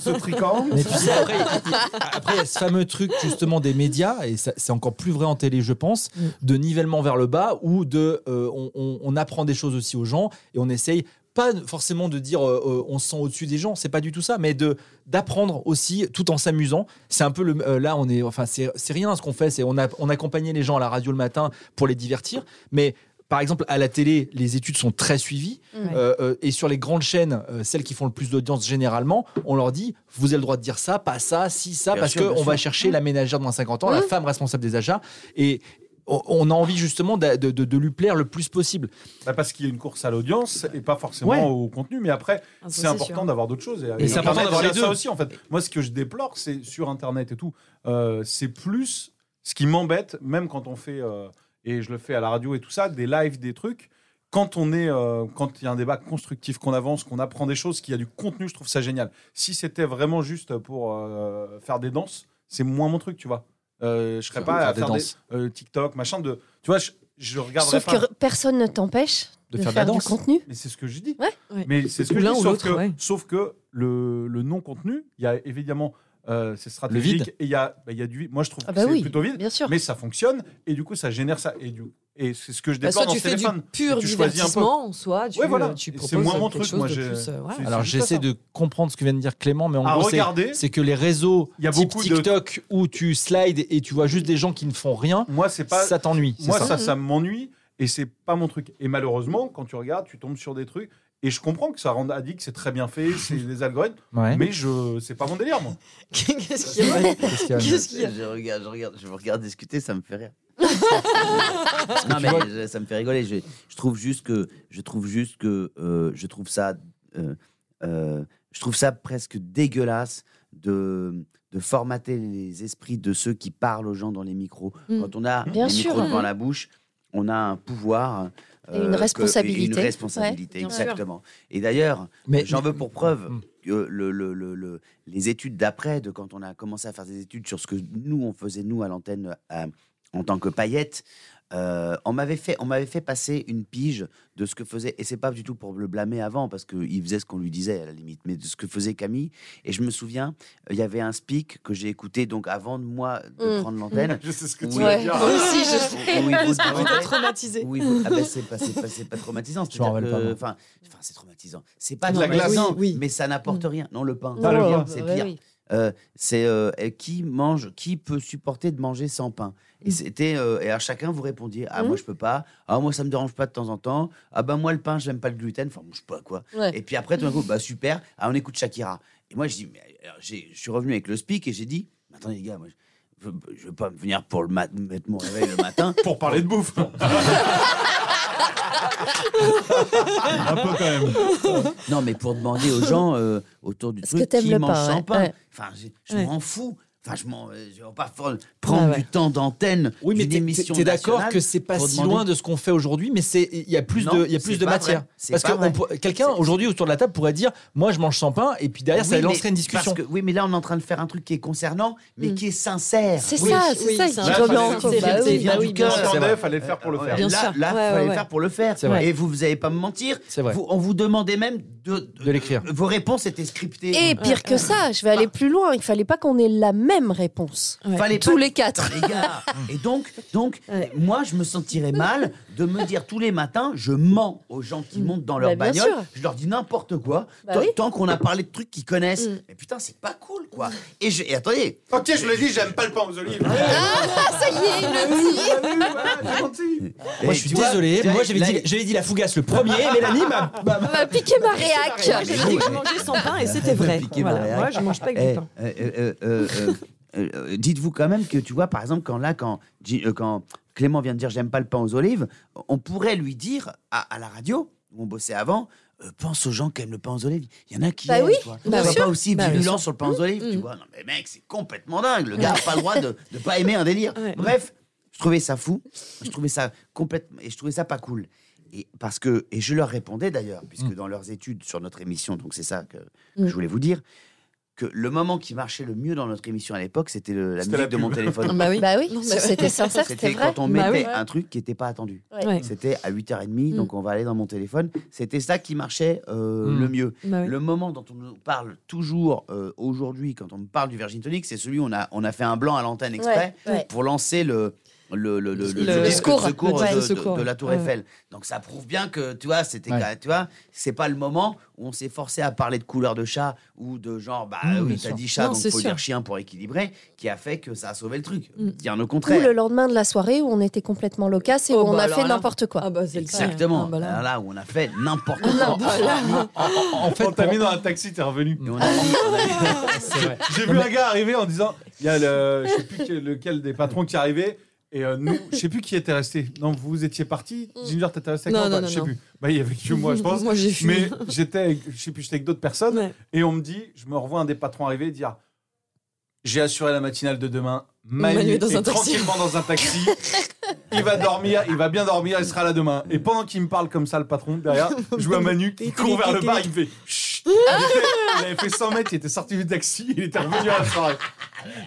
D: ce tricamp.
F: Mais tu sais, après, il- il- après, il y a ce fameux truc justement des médias, et ça- c'est encore plus vrai en télé, je pense, de nivellement vers le bas, où de, euh, on, on- on apprend des choses aussi aux gens et on essaye pas forcément de dire euh, euh, on se sent au-dessus des gens, c'est pas du tout ça, mais de d'apprendre aussi tout en s'amusant. C'est un peu le euh, là on est enfin c'est c'est rien ce qu'on fait, c'est on a on accompagnait les gens à la radio le matin pour les divertir, mais par exemple, à la télé, les études sont très suivies. Euh, euh, et sur les grandes chaînes, euh, celles qui font le plus d'audience généralement, on leur dit vous avez le droit de dire ça, pas ça, si ça,
A: Bien
F: parce
A: sûr, bien
F: qu'on va
A: sûr.
F: chercher la ménagère dans 50 ans, la femme responsable des achats. Et on- on a envie justement d'a- de, de- de lui plaire le plus possible.
D: Bah, parce qu'il y a une course à l'audience et pas forcément
F: Ouais.
D: au contenu, mais après,
E: Ah, ça,
D: c'est
E: c'est
D: important
E: sûr.
D: d'avoir d'autres choses.
F: Et
D: Internet,
F: c'est important d'avoir
D: c'est
F: les deux.
D: Ça aussi, en fait. Moi, ce que je déplore, c'est sur Internet et tout, euh, c'est plus ce qui m'embête, même quand on fait, euh, et je le fais à la radio et tout ça, des lives, des trucs. Quand on est, euh, quand il y a un débat constructif, qu'on avance, qu'on apprend des choses, qu'il y a du contenu, je trouve ça génial. Si c'était vraiment juste pour euh, faire des danses, c'est moins mon truc, tu vois. Euh, je serais pas à
F: des
D: faire des,
F: danses.
D: euh, TikTok, machin de. Tu vois, je, je regarderais
B: Sauf
D: pas.
B: que personne ne t'empêche
F: De
B: de,
F: faire de la
B: faire du
F: danse.
B: contenu.
D: Mais c'est ce que je dis.
B: Ouais.
E: Ouais.
D: Mais c'est ce
E: Ou
D: que je
E: l'un
D: dis.
E: ou
D: Sauf
E: l'autre,
D: que,
E: ouais.
D: sauf que le, le non-contenu, il y a évidemment, euh, c'est
F: Le
D: stratégique.
F: vide.
D: Et il y, a, bah, il y a du vide. Moi, je trouve
B: Ah
D: que
B: bah
D: c'est
B: oui,
D: plutôt vide.
B: bien sûr.
D: Mais ça fonctionne. Et du coup, ça génère ça. Et, du, et c'est ce que je
E: Bah,
D: déplore
E: soit
D: dans
E: tu
D: ce
E: fais du
D: téléphone.
E: pur
D: Et tu choisis un peu.
E: divertissement, soit tu,
D: Ouais, voilà.
E: tu
D: C'est
E: proposes
D: moins mon
E: quelque
D: truc,
E: chose
D: moi,
E: de
D: j'ai-
E: plus. euh, voilà.
D: c'est-
F: Alors
D: juste ça.
F: j'essaie de comprendre ce que vient de dire Clément, mais en
D: À
F: gros c'est-
D: regarder.
F: c'est que les réseaux
D: Il y a
F: type
D: beaucoup de-
F: TikTok où tu slides et tu vois juste des gens qui ne font rien,
D: Moi, c'est pas.
F: ça t'ennuie. c'est
D: moi,
F: ça
D: ça, ça, m'ennuie. Et c'est pas mon truc. Et malheureusement, quand tu regardes, tu tombes sur des trucs. Et je comprends que ça rend addict, c'est très bien fait, c'est
E: [laughs]
D: des algorithmes.
F: Ouais.
D: Mais je, c'est pas mon délire, moi.
E: Qu'est-ce qu'il y
F: [laughs] Qu'est-ce qu'il y a
E: a Qu'est-ce qu'il y a
A: Je regarde, je regarde, je vous regarde discuter, ça me fait
B: [laughs]
A: rire. non
F: tu
A: mais
F: vois-
A: je- ça me fait rigoler. Je, je trouve juste que, je trouve juste que, euh, je trouve ça, euh, euh, je trouve ça presque dégueulasse de de formater les esprits de ceux qui parlent aux gens dans les micros.
E: Mm.
A: Quand on a
B: Bien
A: les
B: sûr.
A: micros devant la bouche, on a un pouvoir. euh,
B: Et une
A: que-
B: responsabilité.
A: une responsabilité,
B: Ouais, bien sûr.
A: exactement. Et d'ailleurs,
F: Mais-
A: j'en veux pour preuve
F: Mm.
A: que le- le- le- le- les études d'après, de quand on a commencé à faire des études sur ce euh, que nous, on faisait, nous, à l'antenne, à- en tant que paillettes, Euh, on m'avait fait, on m'avait fait passer une pige de ce que faisait, et c'est pas du tout pour le blâmer avant, parce qu'il faisait ce qu'on lui disait à la limite, mais de ce que faisait Camille. Et je me souviens, euh, il y avait un speak que j'ai écouté donc avant de moi de
B: Mm.
A: prendre l'antenne.
D: Je sais ce que
A: Oui.
D: tu veux
B: Ouais.
D: dire.
E: [laughs]
B: Moi aussi, je
A: Où- où il vous
B: [laughs] sais.
A: demandait-
E: Traumatisé.
A: oui, vous- ah ben, c'est pas, c'est pas, c'est pas traumatisant.
F: Je m'en
A: c'est-à-dire
F: rappelle
A: que-
F: pas,
A: Enfin, enfin, c'est traumatisant. C'est pas
E: Non, mais
A: traumatisant,
E: oui, oui.
A: mais ça n'apporte rien. Non, le pain.
D: Ah, le pain.
A: c'est
B: Ouais,
A: pire.
B: Bah oui.
A: Euh, c'est euh, et qui mange, qui peut supporter de manger sans pain. Et c'était euh, et à chacun vous répondiez ah moi je peux pas, ah moi ça me dérange pas de temps en temps, ah ben moi le pain j'aime pas le gluten, enfin bon, je sais pas quoi.
B: Ouais.
A: Et puis après tout d'un coup bah super, ah on écoute Shakira. Et moi je dis mais alors, j'ai- je suis revenu avec le speak et j'ai dit mais attendez les gars moi je, je veux pas me venir pour le mat- mettre mon réveil le matin.
D: Pour parler de bouffe. Un peu quand même.
A: Non, mais pour demander aux gens euh, autour du
B: Est-ce
A: truc
B: que t'aimes
A: qui
B: le
A: mange
B: pain,
A: sans
B: ouais.
A: pain.
B: Ouais.
A: Enfin, je, je
E: Ouais.
A: m'en fous. Enfin, je m'en, euh, je vais pas faire- prendre
E: Ah ouais.
A: du temps d'antenne
F: Oui, mais
A: d'une
F: t'es- t'es
A: émission
F: t'es d'accord
A: nationale
F: que c'est pas
A: pour
F: si
A: demander-
F: loin de ce qu'on fait aujourd'hui, mais c'est il y a plus
A: Non,
F: de il y a
A: c'est
F: plus de
A: pas
F: matière.
A: vrai. C'est
F: Parce que
A: pas vrai.
F: on pourrait- quelqu'un
A: C'est-
F: aujourd'hui autour de la table pourrait dire, moi je mange sans pain, et puis derrière ça
A: Oui, mais
F: lancerait une discussion.
A: parce que- oui, mais là, on est en train de faire un truc qui est concernant, mais qui est sincère.
B: Mm. C'est
E: Oui,
B: ça, c'est
E: oui,
B: ça
E: c'est
B: qui
D: un
B: revient en
D: peu
B: cause.
D: la
B: Bah
A: vérité,
B: oui,
A: vient
B: bah
A: du
B: oui,
A: cœur.
B: bien sûr.
D: J'entendais, fallait le faire pour le faire.
E: Bien
A: là,
E: sûr.
A: là,
E: Ouais,
A: fallait
E: ouais,
A: faire
E: ouais.
A: pour le faire.
F: C'est vrai.
A: Et vous, vous n'allez pas me mentir.
F: C'est vrai.
A: Vous- on vous demandait même de,
F: De l'écrire.
A: Vos réponses étaient scriptées.
B: Et pire que ça, je vais aller plus loin. Il fallait pas qu'on ait la même réponse.
E: Ouais.
A: Fallait
B: Tous
A: pas-
B: les quatre.
A: Putain, les
B: [laughs]
A: gars. Et donc, donc
E: Ouais.
A: moi, je me sentirais mal de me dire tous les matins, je mens aux gens qui montent dans leur
B: Bah, bien
A: bagnole.
B: sûr.
A: Je leur dis n'importe quoi,
B: Bah
A: tant-
B: oui. Mm.
A: tant qu'on a parlé de trucs qu'ils connaissent. Mais putain, c'est pas cool, quoi. Et, je, et attendez,
D: Ok, je le dis, j'aime pas le pain aux olives.
B: Ça y est, il le [laughs] dit.
D: bah,
F: Moi
A: Et
F: je suis
A: tu vois,
F: désolé,
A: tu vois,
F: moi j'avais
A: là,
F: dit, j'avais dit la fougasse le premier, mais la mime m'a- m'a-
A: [laughs]
B: On m'a piqué ma
E: Moi,
B: réac.
E: j'avais dit que je mangeais sans pain et c'était vrai.
A: Piqué ma
E: Voilà.
A: réac.
E: Moi, je mange pas avec
A: eh,
E: du pain.
A: euh, euh, euh, euh, euh, euh, Dites-vous quand même que, tu vois, par exemple, quand là, quand, J- euh, quand Clément vient de dire j'aime pas le pain aux olives, on pourrait lui dire à, à la radio, où on bossait avant, euh, pense aux gens qui aiment le pain aux olives. Il y en a qui
B: Bah
A: aiment,
B: oui,
A: tu vois.
B: bien
A: Sois
B: sûr. Mmh, Bah
A: pas aussi
E: Bah, bien
A: virulent sur le pain aux olives, tu vois. Non, mais mec, c'est complètement dingue. Le gars n'a pas le droit de ne pas aimer un délire.
E: Ouais.
A: Bref, je trouvais ça fou. Je trouvais ça complètement. Et je trouvais ça pas cool. Et, parce que, et je leur répondais d'ailleurs, puisque dans leurs études sur notre émission, donc c'est ça que, que je voulais vous dire, que le moment qui marchait le mieux dans notre émission à l'époque, c'était le- la
D: C'était
A: musique
D: la
A: de mon
D: pub.
A: téléphone.
B: Bah oui, bah oui. c'était sincère, c'était
A: C'était
B: vrai.
A: quand on
E: Bah
A: mettait
E: oui.
A: un truc qui n'était pas attendu.
B: Ouais.
E: Ouais.
A: C'était à 8h30, donc on va aller dans mon téléphone. C'était ça qui marchait euh,
F: Mm.
A: le mieux.
E: Bah oui.
A: Le moment dont on nous parle toujours euh, aujourd'hui, quand on me parle du Virgin Tonic, c'est celui où on a, on a fait un blanc à l'antenne exprès
B: Ouais, ouais.
A: pour lancer le. Le, le, le- le-
E: Le
A: le disque
B: secours.
A: de secours,
E: Le
A: de,
E: disque de
A: de-
E: secours,
A: de la
E: ouais.
A: Tour
E: Ouais.
A: Eiffel. Donc ça prouve bien que tu vois, c'était
F: Ouais.
A: quand- tu vois, c'est pas le moment où on s'est forcé à parler de couleur de chat ou de genre bah
F: Mmh, bien
A: oui t'as
F: sûr.
A: dit chat
E: Non,
A: donc
E: c'est
A: faut
E: sûr. Mm.
A: dire chien pour équilibrer, qui a fait que ça a sauvé le truc. Bien au
B: Ou
A: contraire.
B: le lendemain de la soirée où on était complètement loquace et où
E: Oh,
B: on
E: bah
B: a
E: alors
B: fait
E: là.
B: n'importe quoi.
E: Ah bah c'est le cas.
A: Exactement.
E: Ah bah là. bah
A: Alors là où on a fait n'importe quoi.
F: En fait,
D: On t'a
F: pour-
D: mis dans un taxi, t'es revenu.
A: Et on a dit, on a dit-
F: c'est vrai.
D: J'ai vu un gars arriver en disant il y a le, je sais plus quel- lequel des patrons qui est arrivé. Et euh, nous, je sais plus qui était resté. Non, vous étiez parti. Ginger, t'étais resté avec
E: Mm.
D: moi
E: Non, non,
D: bah,
E: non,
D: Je sais
E: non.
D: plus. Bah, il y avait que moi, je pense.
E: Moi, j'ai
D: Mais
E: fumé.
D: j'étais, avec- je sais plus, j'étais avec d'autres personnes.
E: Ouais.
D: Et on me dit, je me revois un des patrons arriver dire J'ai assuré la matinale de demain. Manu,
E: Manu est dans
D: est
E: un taxi.
D: tranquillement dans un taxi. il va dormir, il va bien dormir, il sera là demain. Et pendant qu'il me parle comme ça, le patron, derrière, je
E: [laughs]
D: vois Manu qui court vers le bar, il me fait Chut
E: Ah.
D: Il était- Il avait fait 100 mètres, il était sorti du taxi, il était revenu à la soirée.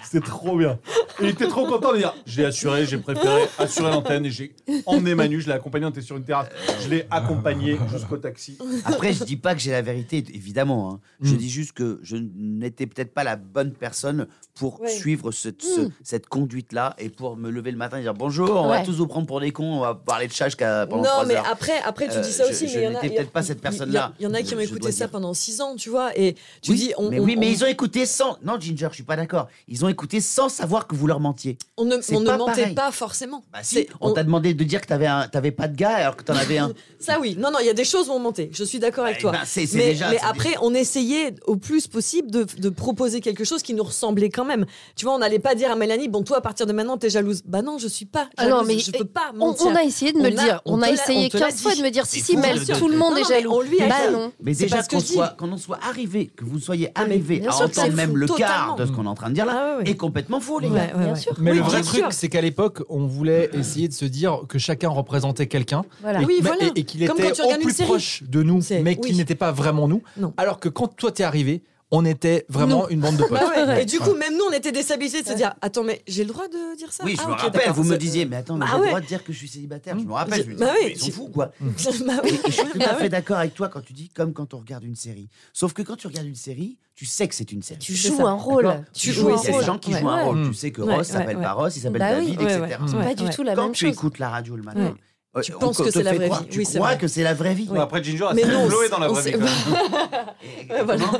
D: C'était trop bien. Et il était trop content de dire J'ai assuré, j'ai préféré assurer l'antenne et j'ai emmené Manu, je l'ai accompagné, on était sur une terrasse, je l'ai accompagné jusqu'au taxi.
A: Après, je dis pas que j'ai la vérité, évidemment. hein. Je
F: Mm.
A: dis juste que je n'étais peut-être pas la bonne personne pour
E: Ouais. Hmm.
A: suivre cette, ce- cette conduite-là et pour me lever le matin et dire bonjour, on va
B: Ouais.
A: tous vous prendre pour des cons, on va parler de chat jusqu'à pendant
E: non,
A: trois
E: mais
A: heures.
E: après, après, tu
A: Euh,
E: dis ça
A: je-
E: aussi,
A: je
E: mais il y en a.
A: n'étais
E: il y a-
A: peut-être pas cette
E: il y a-
A: personne-là,
E: Il y en a qui
A: je-
E: ont
A: je
E: écouté
A: dois
E: ça
A: dire.
E: pendant 6 ans, tu vois. Et tu
A: oui,
E: dis, on,
A: mais
E: on-
A: oui, mais
E: on-
A: ils ont écouté sans. Non, Ginger, je suis pas d'accord. Ils ont écouté sans savoir que vous leur mentiez.
E: on ne,
A: c'est
E: on ne
A: pas
E: mentait
A: pareil.
E: pas forcément.
A: Bah si,
E: C'est-
A: on,
E: on-
A: t'a demandé de dire que t'avais un- t'avais pas de gars alors que t'en avais
E: [laughs]
A: un.
E: Ça oui, non, non, il y a des choses où on mentait, je suis d'accord avec
A: Eh
E: toi.
A: ben, c'est- c'est
E: mais
A: déjà-
E: mais
A: c'est
E: après, on essayait au plus possible de, de proposer quelque chose qui nous ressemblait quand même. Tu vois, on n'allait pas dire à Mélanie, bon, toi, à partir de maintenant, t'es jalouse. Bah non, je suis pas
B: Ah
E: jalouse,
B: non, mais
E: je peux pas
B: On,
E: mentir.
B: on a essayé de me
E: On
B: le
E: a-
B: dire.
E: on
B: On,
E: te
B: a
E: l'a-
B: essayé
E: on te
B: 15
E: l'a
B: fois
E: dit.
B: de me dire si,
A: C'est
B: si,
A: fou,
B: mais
A: le-
B: tout le
E: Non,
B: monde
E: non,
B: est
E: mais
B: jaloux.
E: on lui a
B: bah
E: dit.
B: non.
A: Mais
E: C'est
A: déjà
E: parce que
A: qu'on
E: je dis.
A: soit, qu'on en soit arrivé, que vous soyez
E: Ah, mais
A: arrivé
E: bien
A: à
E: sûr que
A: entendre
E: c'est
A: même
E: fou,
A: le quart
E: totalement.
A: de ce qu'on est en train de dire là,
E: Ah ouais, ouais.
A: est complètement fou, les
E: Ouais,
A: gars.
E: ouais,
B: Bien
E: ouais.
B: sûr.
F: Mais
E: Oui,
F: le vrai
E: bien
F: truc,
E: sûr.
F: c'est qu'à l'époque, on voulait essayer de se dire que chacun représentait quelqu'un
B: Voilà.
F: et,
E: Oui,
F: mais-
E: voilà.
F: et- et qu'il
E: Comme quand
F: était
E: tu
F: au
E: regardes une
F: plus
E: série.
F: proche de nous,
E: C'est-
F: mais
E: oui.
F: qu'il n'était pas vraiment nous.
E: Non.
F: Alors que quand toi t'es arrivé, on était vraiment une bande de potes.
E: Bah [laughs] ouais. Et du coup, même nous, on était déstabilisés de se dire Attends, mais j'ai le droit de dire ça
A: Oui, je
E: Ah,
A: me
E: ok,
A: rappelle,
E: d'accord,
A: vous me
E: c'est-
A: disiez, mais attends, mais
E: Bah
A: j'ai
E: ouais.
A: le droit de dire que je suis célibataire. Je me rappelle, je me dis,
E: Bah ouais,
A: ils sont
E: tu-
A: fous,
E: [laughs]
A: quoi.
E: [laughs] Bah oui.
A: Et je suis tout
E: Bah
A: à
E: ouais.
A: fait d'accord avec toi quand tu dis comme quand on regarde une série. Sauf que quand tu regardes une série, tu sais que c'est une série.
B: Tu
A: D'accord
B: joues un rôle.
A: Tu
E: Tu
A: joues
E: joues
A: Il y a
E: un
A: des
E: rôle.
A: gens qui
B: Ouais.
A: jouent un
B: Ouais.
A: rôle. Tu sais que
E: Ouais,
A: Ross s'appelle
E: ouais,
A: pas Ross, il s'appelle
B: Bah oui,
A: David,
E: ouais,
A: etc.
E: ouais.
B: C'est
E: Ouais.
B: pas du tout la
A: Quand
B: même
A: tu
B: chose.
A: écoutes la radio le matin,
E: Ouais.
A: euh,
E: Tu
A: on
E: penses
A: te
E: que c'est la
A: fait
E: vraie
A: croire-
E: vie.
A: Tu
E: Oui, c'est
A: crois
E: vrai.
A: que c'est la vraie vie.
D: Bon, Après Ginger, elle
E: Mais non,
D: s'appelle Chloé
E: on
D: dans la vraie
E: sait-
D: vie. quand même. [laughs]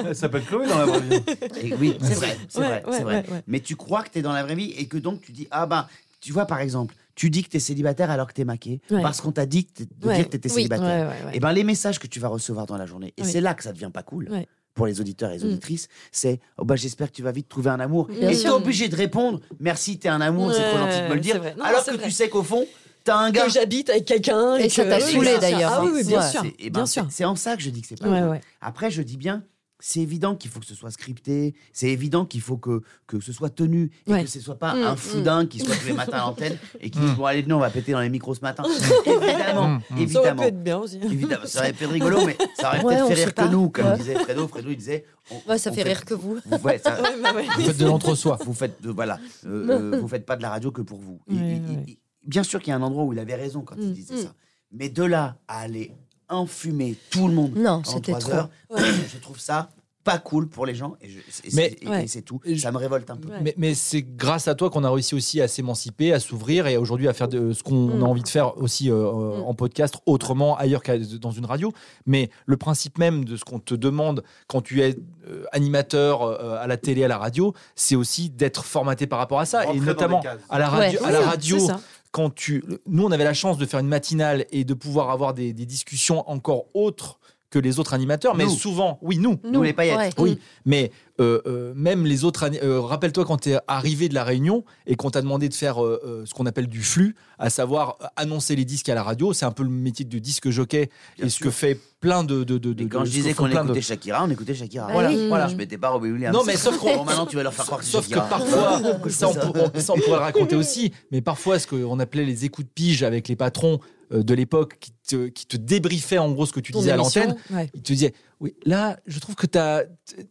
D: Elle s'appelle Chloé dans la vraie vie.
A: Et Eh oui, c'est vrai, c'est
E: Ouais,
A: vrai, c'est vrai.
E: ouais, ouais, ouais.
A: Mais tu crois que tu es dans la vraie vie et que donc tu dis ah ben tu vois par exemple, tu dis que tu es célibataire alors que tu es maqué
E: Ouais.
A: parce qu'on t'a dit que t- de
E: Ouais.
A: dire que tu étais
E: Oui.
A: célibataire.
E: Ouais, ouais, ouais.
A: Et ben les messages que tu vas recevoir dans la journée et
E: Ouais.
A: c'est là que ça devient pas cool.
E: Ouais.
A: Pour les auditeurs et les
E: Mm.
A: auditrices, c'est oh bah, j'espère que tu vas vite trouver un amour.
B: Bien
A: et tu
B: sûr.
A: es obligé de répondre merci, t'es un amour, c'est trop
E: Ouais,
A: gentil de me le
E: c'est
A: dire.
E: vrai. Non,
A: alors
E: c'est
A: que
E: vrai.
A: tu sais qu'au fond, t'as un gars.
E: Que j'habite avec quelqu'un.
B: Et ça
E: que-
B: t'a
E: Oui,
B: saoulé,
E: bien sûr.
B: d'ailleurs,
E: Ah oui, oui,
B: hein.
E: bien
B: Ouais.
E: sûr.
A: C'est- eh ben,
E: Bien
A: c'est-
E: sûr.
A: C'est en ça que je dis que c'est pas
E: Ouais,
A: cool.
E: ouais.
A: Après, je dis bien, c'est évident qu'il faut que ce soit scripté, c'est évident qu'il faut que, que ce soit tenu et
E: Ouais.
A: que ce soit pas
B: Mm,
A: un foudin qui soit tous les matins à l'antenne et qui dit Bon, allez, nous, on va péter dans les micros ce matin.
B: [laughs]
A: évidemment,
E: Ça aurait pu
A: évidemment.
E: être bien aussi. [laughs]
A: Évidemment, ça aurait pu être
B: [laughs]
A: rigolo, mais ça aurait
B: Ouais,
A: peut-être
B: on
A: fait
B: sait
A: rire
B: pas.
A: que nous, comme
B: Ouais.
A: disait Fredo. Fredo, il disait on-
B: Ouais, ça
A: on
B: fait rire que vous.
A: Vous, ouais, ça-
F: En
E: Bah
A: [laughs]
F: fait, de l'entre-soi.
A: vous faites de voilà, euh, euh, vous faites pas de la radio que pour vous. Il-
E: Ouais,
A: il-
E: ouais.
A: il- bien sûr qu'il y a un endroit où il avait raison quand il
E: Mm,
A: disait ça, mais de là à aller enfumer tout le monde
B: Non,
A: pendant
B: c'était
A: trois
B: trop.
A: heures, je trouve ça pas cool pour les gens et, je- et-
F: Mais-
A: et- et
E: Ouais.
A: c'est tout.
F: Je-
A: Ça me révolte un peu.
E: Ouais.
F: Mais, mais c'est grâce à toi qu'on a réussi aussi à s'émanciper, à s'ouvrir et aujourd'hui à faire de, euh, ce qu'on
B: Mm.
F: a envie de faire aussi euh, euh, en podcast, autrement ailleurs qu'à dans une radio. Mais le principe même de ce qu'on te demande quand tu es euh, animateur euh, à la télé, à la radio, c'est aussi d'être formaté par rapport à ça.
D: Rentrer
F: et
D: dans
F: notamment
D: des cases.
F: à la radio,
B: Ouais.
F: à la
E: Oui,
F: radio
E: c'est ça.
F: quand tu. Nous, on avait la chance de faire une matinale et de pouvoir avoir des, des discussions encore autres que les autres animateurs, mais
A: Nous.
F: souvent, oui, nous.
A: Nous, les paillettes.
B: ouais.
E: Mm.
F: Oui, mais euh, euh, même les autres. années- euh, Rappelle-toi quand tu es arrivé de la réunion et qu'on t'a demandé de faire euh, euh, ce qu'on appelle du flux, à savoir euh, annoncer les disques à la radio. C'est un peu le métier de disque jockey
A: Bien
F: et ce
A: sûr.
F: que fait plein de. de, de- de-
A: Et quand
F: de-
A: je
F: ce que
A: disais
F: font
A: qu'on
F: plein
A: écoutait
F: de-
A: Shakira, on écoutait Shakira.
B: Bah
A: voilà,
B: oui.
A: voilà, je m'étais pas Robbie Williams.
F: Non, mais sauf qu'on-
A: Bon, maintenant tu vas leur faire croire que c'est
F: Sauf que
A: Shakira.
F: parfois,
A: ah. [laughs] Pourquoi je
F: ça on,
A: fais ça
F: pour- on- ça, on pourrait
A: [laughs]
F: le raconter aussi, mais parfois ce qu'on appelait les écoutes piges avec les patrons euh, de l'époque qui te, qui te débriefaient en gros ce que tu
E: Ton
F: disais à
E: émission,
F: l'antenne,
E: ouais.
F: il te disait oui là je trouve que t'as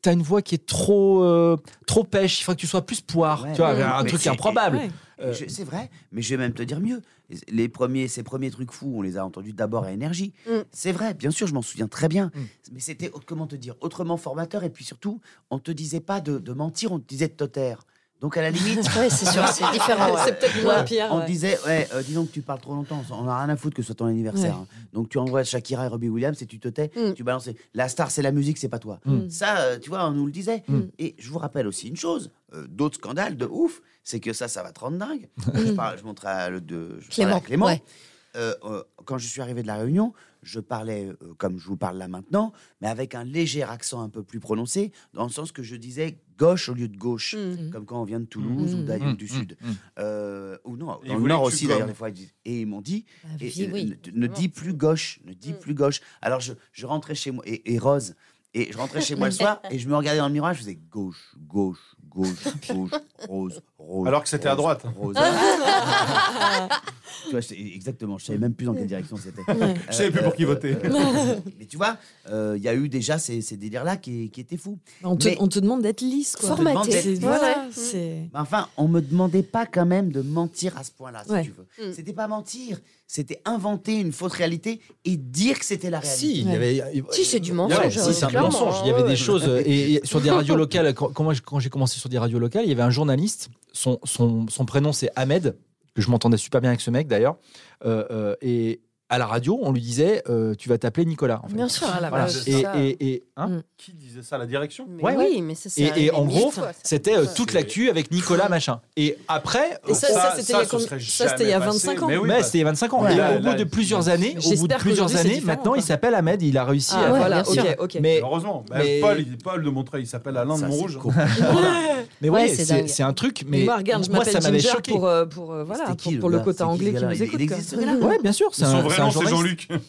F: as une voix qui est trop euh, trop pêche il faudrait que tu sois plus poire
A: Ouais.
F: tu vois
A: Mmh.
F: un
A: Mais
F: truc
A: c'est-
F: improbable
E: Ouais.
F: Euh,
A: Je- C'est vrai, mais je vais même te dire mieux. Les premiers, ces premiers trucs fous, on les a entendus d'abord à Énergie.
B: Mm.
A: C'est vrai, bien sûr, je m'en souviens très bien. Mais c'était, au- comment te dire, autrement formateur. Et puis surtout, on te disait pas de, de mentir, on te disait de te taire. Donc à la limite,
B: Ouais, c'est sûr, c'est différent. ouais.
E: C'est peut-être moins pire.
A: on
E: ouais.
A: te disait, ouais, euh, disons que tu parles trop longtemps, on a rien à foutre que ce soit ton anniversaire.
E: Ouais.
A: hein. Donc tu envoies Shakira et Robbie Williams et tu te tais,
B: Mm.
A: tu balances. La star, c'est la musique, c'est pas toi.
E: Mm.
A: Ça, euh, tu vois, on nous le disait. Et je vous rappelle aussi une chose, euh, d'autres scandales de ouf, c'est que ça, ça va te rendre
B: [laughs]
A: dingue. je, parle, je montre à le de je
B: Clément,
A: parlais à Clément.
B: ouais.
A: Euh, euh, quand je suis arrivé de la Réunion, je parlais euh, comme je vous parle là maintenant, mais avec un léger accent un peu plus prononcé, dans le sens que je disais gauche au lieu de gauche, comme quand on vient de Toulouse
E: Mm.
A: ou d'ailleurs du
F: Mm.
A: Sud. Euh, ou non,
D: Ils
A: dans le
D: voulaient
A: Nord
D: que tu
A: aussi d'ailleurs,
D: gommes.
A: des fois. ils disent- Et ils m'ont dit,
B: Bah,
A: et-
B: vie,
A: et
B: oui.
A: ne, ne dis plus gauche, ne dis plus gauche. Alors je, je rentrais chez moi, et, et Rose, et je rentrais chez moi le soir, et je me regardais dans le miroir, je faisais gauche, gauche, gauche, gauche, rose, rose.
D: Alors que c'était à
A: Rose,
D: droite.
A: Rose. tu vois, c'est- exactement, je savais même plus dans quelle direction c'était. Euh,
D: Je savais plus pour qui voter.
A: mais tu vois, euh, il y a eu déjà ces, ces délires-là qui, qui étaient fous.
E: On te,
A: Mais-
E: on te demande d'être lisse, quoi.
A: Formaté. demande
B: Formaté.
A: d'être-
E: C'est-
B: Ouais,
E: voilà,
B: ouais.
E: c'est-
A: Mais enfin, on me demandait pas quand même de mentir à ce point-là, si
E: Ouais.
A: tu veux.
B: Mm.
A: C'était pas mentir, c'était inventer une fausse réalité et dire que c'était la réalité.
F: si, il y
E: Ouais.
F: avait,
B: Si, c'est du mensonge,
F: Ouais, si, c'est un
B: clairement,
F: mensonge. Il y
B: hein,
F: avait des
B: ouais.
F: choses. euh, Et, et sur
B: [laughs]
F: des radios locales, quand, quand moi, je- quand j'ai commencé sur des radios locales, il y avait un journaliste. Son, son, son prénom, c'est Ahmed, que je m'entendais super bien avec ce mec d'ailleurs. Euh, euh, et à la radio, on lui disait euh, Tu vas t'appeler Nicolas. en fait.
B: Bien sûr, à la
F: Voilà.
B: base,
F: Et,
B: ça.
F: et, et, hein
D: Qui disait ça La direction
B: Mais
F: Ouais,
B: oui,
F: ouais.
B: mais ça, c'est
F: et,
B: un-
F: et en
B: mais
F: gros,
B: mille fois, ça.
F: c'était euh,
B: Ouais.
F: toute l'actu avec Nicolas, machin. Et après,
E: Et ça,
D: Oh,
E: ça, c'était il y a
D: ce
E: combien-
D: serait
E: ça, c'était il y a
D: jamais
E: 25
D: passé.
E: ans.
D: Mais oui,
F: mais
D: parce-
F: c'était il y a 25 ans.
D: Ouais,
F: et
D: là,
F: au bout
D: là,
F: de plusieurs années, au bout de
E: J'espère
F: plusieurs
E: qu'aujourd'hui, c'est
F: années,
E: différent,
F: maintenant, il
E: quoi.
F: s'appelle Ahmed. Il a réussi
E: Ah,
F: à.
E: voilà,
B: bien sûr.
E: ok, ok.
F: Mais
D: Heureusement. Bah,
F: Mais-
D: Paul, il- Paul de Montreuil, il s'appelle Alain de
A: Ça, c'est
D: Montrouge.
A: con.
F: Mais ouais,
B: Ouais, c'est
F: c'est
B: dingue.
F: c'est un truc. Mais
E: moi, regarde, je
F: ça
E: m'appelle
F: m'avait
E: Ginger
F: choqué.
E: pour, euh, pour, euh, voilà,
A: C'était qui,
E: pour,
A: le
E: pour le
A: gars
E: côté
A: C'est qui,
E: anglais
A: ce
E: qui
A: gars-là
E: nous
A: Il- il
E: écoute. quoi.
A: existe, ce gars-là
E: Ouais.
F: Ouais, bien sûr, c'est
D: Ils sont
F: un, c'est un
D: vraiment, c'est Bah
F: journaliste.
D: Jean-Luc.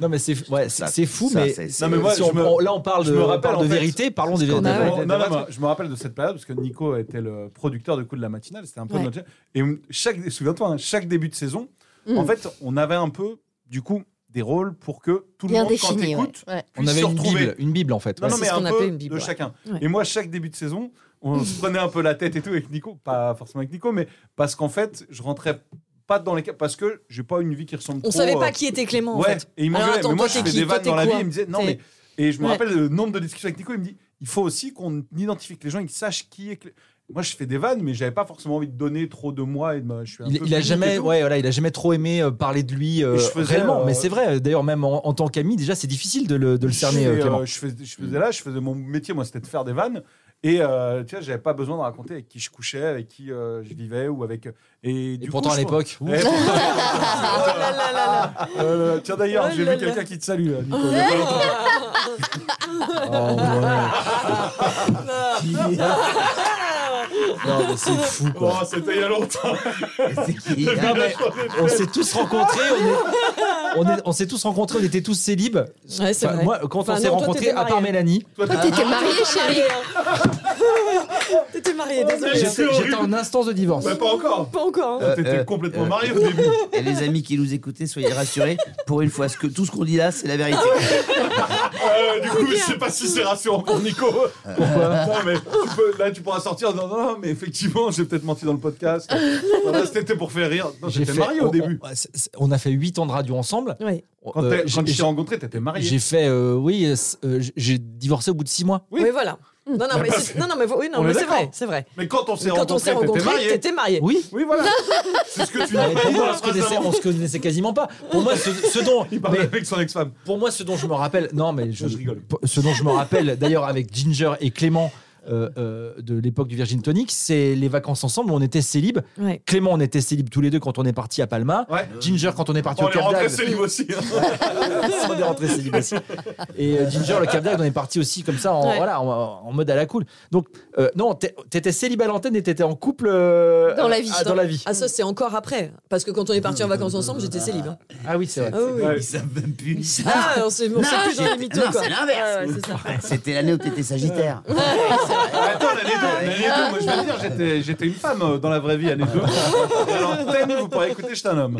F: Non, mais c'est ouais, c'est-
A: Ça,
F: c'est fou,
A: ça,
F: mais,
A: c'est-
F: si
A: c'est-
D: Non, mais moi,
F: on-
D: je me-
F: on- là on parle
D: je
F: de,
D: me
F: on
D: rappelle,
F: parle de
D: en fait,
F: vérité, parlons des
A: ce qu'on
F: des-
E: a-
F: des-
E: ouais.
F: des-
D: Non,
F: des-
D: non, mais je me rappelle de cette période parce que Nico était le producteur du coup de la matinale. C'était un peu
E: Ouais.
D: Mm. notre- Et chaque, souviens-toi, hein, chaque début de saison, en fait, on avait un peu, du coup, des rôles pour que tout le
B: Bien
D: monde, quand
B: défini. ouais.
D: t'écoutes,
B: Ouais.
F: On
D: puisse
F: avait
D: se
F: une
D: retrouver.
F: bible, une bible en fait.
D: Non,
F: ouais.
D: non,
E: c'est
D: mais
E: ce
D: un
E: qu'on
D: peu
E: appelle une bible,
D: de
E: ouais.
D: chacun.
E: Ouais.
D: Et moi, chaque début de saison,
E: [laughs]
D: on se prenait un peu la tête et tout avec Nico, pas forcément avec Nico, mais parce qu'en fait, je rentrais pas dans les cas parce que j'ai pas une vie qui ressemble
E: On
D: trop,
E: savais
D: euh,
E: pas qui était Clément en
D: ouais,
E: fait.
D: et il
E: Alors,
D: m'engueulait.
E: attends,
D: Mais moi, je
E: toi, t'es
D: faisais
E: qui
D: des
E: Toi,
D: vannes
E: t'es
D: dans la vie.
E: quoi
D: Il me disait, non,
E: T'es-
D: mais. Et je me
E: Ouais.
D: rappelle le nombre de discussions avec Nico. Il me dit, il faut aussi qu'on identifie que les gens ils sachent qui est. Clé- Moi, je fais des vannes, mais j'avais pas forcément envie de donner trop de moi. Et de ma- je suis un peu
F: Il, il
D: public
F: a
D: et
F: jamais,
D: tout.
F: ouais, voilà, il a jamais trop aimé euh, parler de lui euh,
D: Et je faisais,
F: réellement.
D: euh,
F: Mais c'est vrai. D'ailleurs, même en, en tant qu'ami, déjà, c'est difficile de le, de le cerner,
D: Je
F: euh,
D: fais,
F: Clément.
D: euh, je, fais- je faisais là, je faisais mon métier, moi, c'était de faire des vannes. Et euh, tu vois, j'avais pas besoin de raconter avec qui je couchais, avec qui euh, je vivais ou avec. Et,
F: Et
D: du
F: pourtant,
D: coup,
F: à
D: je- [laughs]
F: l'époque,
D: Eh,
F: ouh,
D: pourtant-
E: Oh là là là là.
D: Euh, tiens d'ailleurs,
E: Oh
D: j'ai
E: là
D: vu
E: là.
D: quelqu'un qui te salue. là, Nico, il y a pas longtemps.
F: oh, ouais.
D: Ah,
F: Non, mais c'est fou, quoi.
D: Oh, c'était il y a longtemps.
A: C'est qui hein?
F: Non, mais on s'est
D: [laughs]
F: tous rencontrés, on est- on est- on s'est tous rencontrés, on était tous célibes.
E: Ouais, c'est
F: Enfin,
E: vrai.
F: moi, quand
E: Enfin,
F: on s'est
E: non, toi,
F: rencontrés,
E: t'étais
F: à part
E: marié.
F: Mélanie,
D: Toi,
B: Toi,
D: t'as-
B: t'étais mariée, chérie.
E: T'étais marié,
D: mais
E: désolé.
D: je- c'est
F: j'étais j'étais
D: horrible.
F: en instance de divorce.
D: Bah, pas encore.
E: Pas encore. hein.
A: Euh,
D: T'étais
A: euh,
D: complètement
A: euh,
D: marié au
A: [laughs]
D: début.
A: Et les amis qui nous écoutaient, soyez rassurés. Pour une fois, ce que, tout ce qu'on dit là, c'est la vérité.
D: Euh, du coup, je sais pas si c'est rassurant pour Nico.
F: Euh.
D: Pourquoi Non, mais tu peux- là, tu pourras sortir. en disant, Non, non, mais effectivement, j'ai peut-être menti dans le podcast. Voilà, c'était pour faire rire. Non,
F: J'ai
D: J'étais
F: fait-
D: marié
F: on-
D: au
F: on-
D: début.
F: c'est- c'est- On, a fait 8 ans de radio ensemble.
E: Ouais.
D: Quand,
F: Euh,
D: t'es-
F: j'ai-
D: quand tu
F: j'ai-
D: t'es rencontré, t'étais marié.
F: J'ai fait, euh, oui, euh, c- euh, j- j'ai divorcé au bout de 6 mois.
E: Oui, voilà. Non, non, mais c'est non, non, mais, oui, non,
D: On
E: mais
D: est
E: c'est
D: d'accord.
E: vrai, c'est vrai.
D: Mais quand on s'est
E: Quand on
D: rencontré,
E: s'est
D: t'étais
E: rencontrés,
D: marié.
E: t'étais marié.
F: Oui.
D: Oui,
B: [laughs]
D: voilà. C'est Bah, ce que Bah, tu [laughs] n'as
F: Mais
D: pas
F: pour
D: dit dans
F: moi,
D: la
F: on se
D: phrase
F: connaissait,
D: d'avant.
F: on se connaissait quasiment pas. Pour moi, ce, ce dont,
D: Il parlait
F: mais
D: avec son ex-femme.
F: pour moi, ce dont je me rappelle, non, mais je,
D: Je rigole.
F: Ce dont je me rappelle, d'ailleurs, avec Ginger et Clément. euh, euh, de l'époque du Virgin Tonic, c'est les vacances ensemble. où On était célibes.
E: Ouais.
F: Clément, on était célibes tous les deux quand on est parti à Palma.
D: Ouais.
F: Ginger, quand on est parti
D: On
F: au
D: est
F: Cap
D: rentré
F: d'Agde.
D: célib aussi. hein.
F: [laughs] on est rentré célibes aussi.
D: [laughs]
F: Et euh, Ginger, le Cap d'Agde, on est parti aussi comme ça, en,
E: Ouais.
F: voilà, en, en mode à la cool. Donc, euh, non, t'es- t'étais célib à l'antenne et t'étais en couple. euh,
B: Dans la vie.
F: ah, dans la vie.
E: Ah, ça, c'est encore après. Parce que quand on est parti en vacances ensemble, j'étais célib. hein.
F: Ah oui, c'est vrai.
E: Ah, oui.
D: Ouais.
A: Ils savent même plus. Ils savent-
E: Ah, on s'est on s'est plus dans les
A: j'étais-
E: mythos,
A: Ah non,
E: quoi.
A: c'est
B: Ouais,
A: l'inverse.
B: ouais, c'est ça.
A: C'était l'année où t'étais Sagittaire.
D: [laughs] Attends, l'année 2, l'année deux, moi je vais te dire, j'étais- j'étais une femme euh, dans la vraie vie, l'année 2. Et à l'antenne, vous pourrez écouter, j'étais un homme.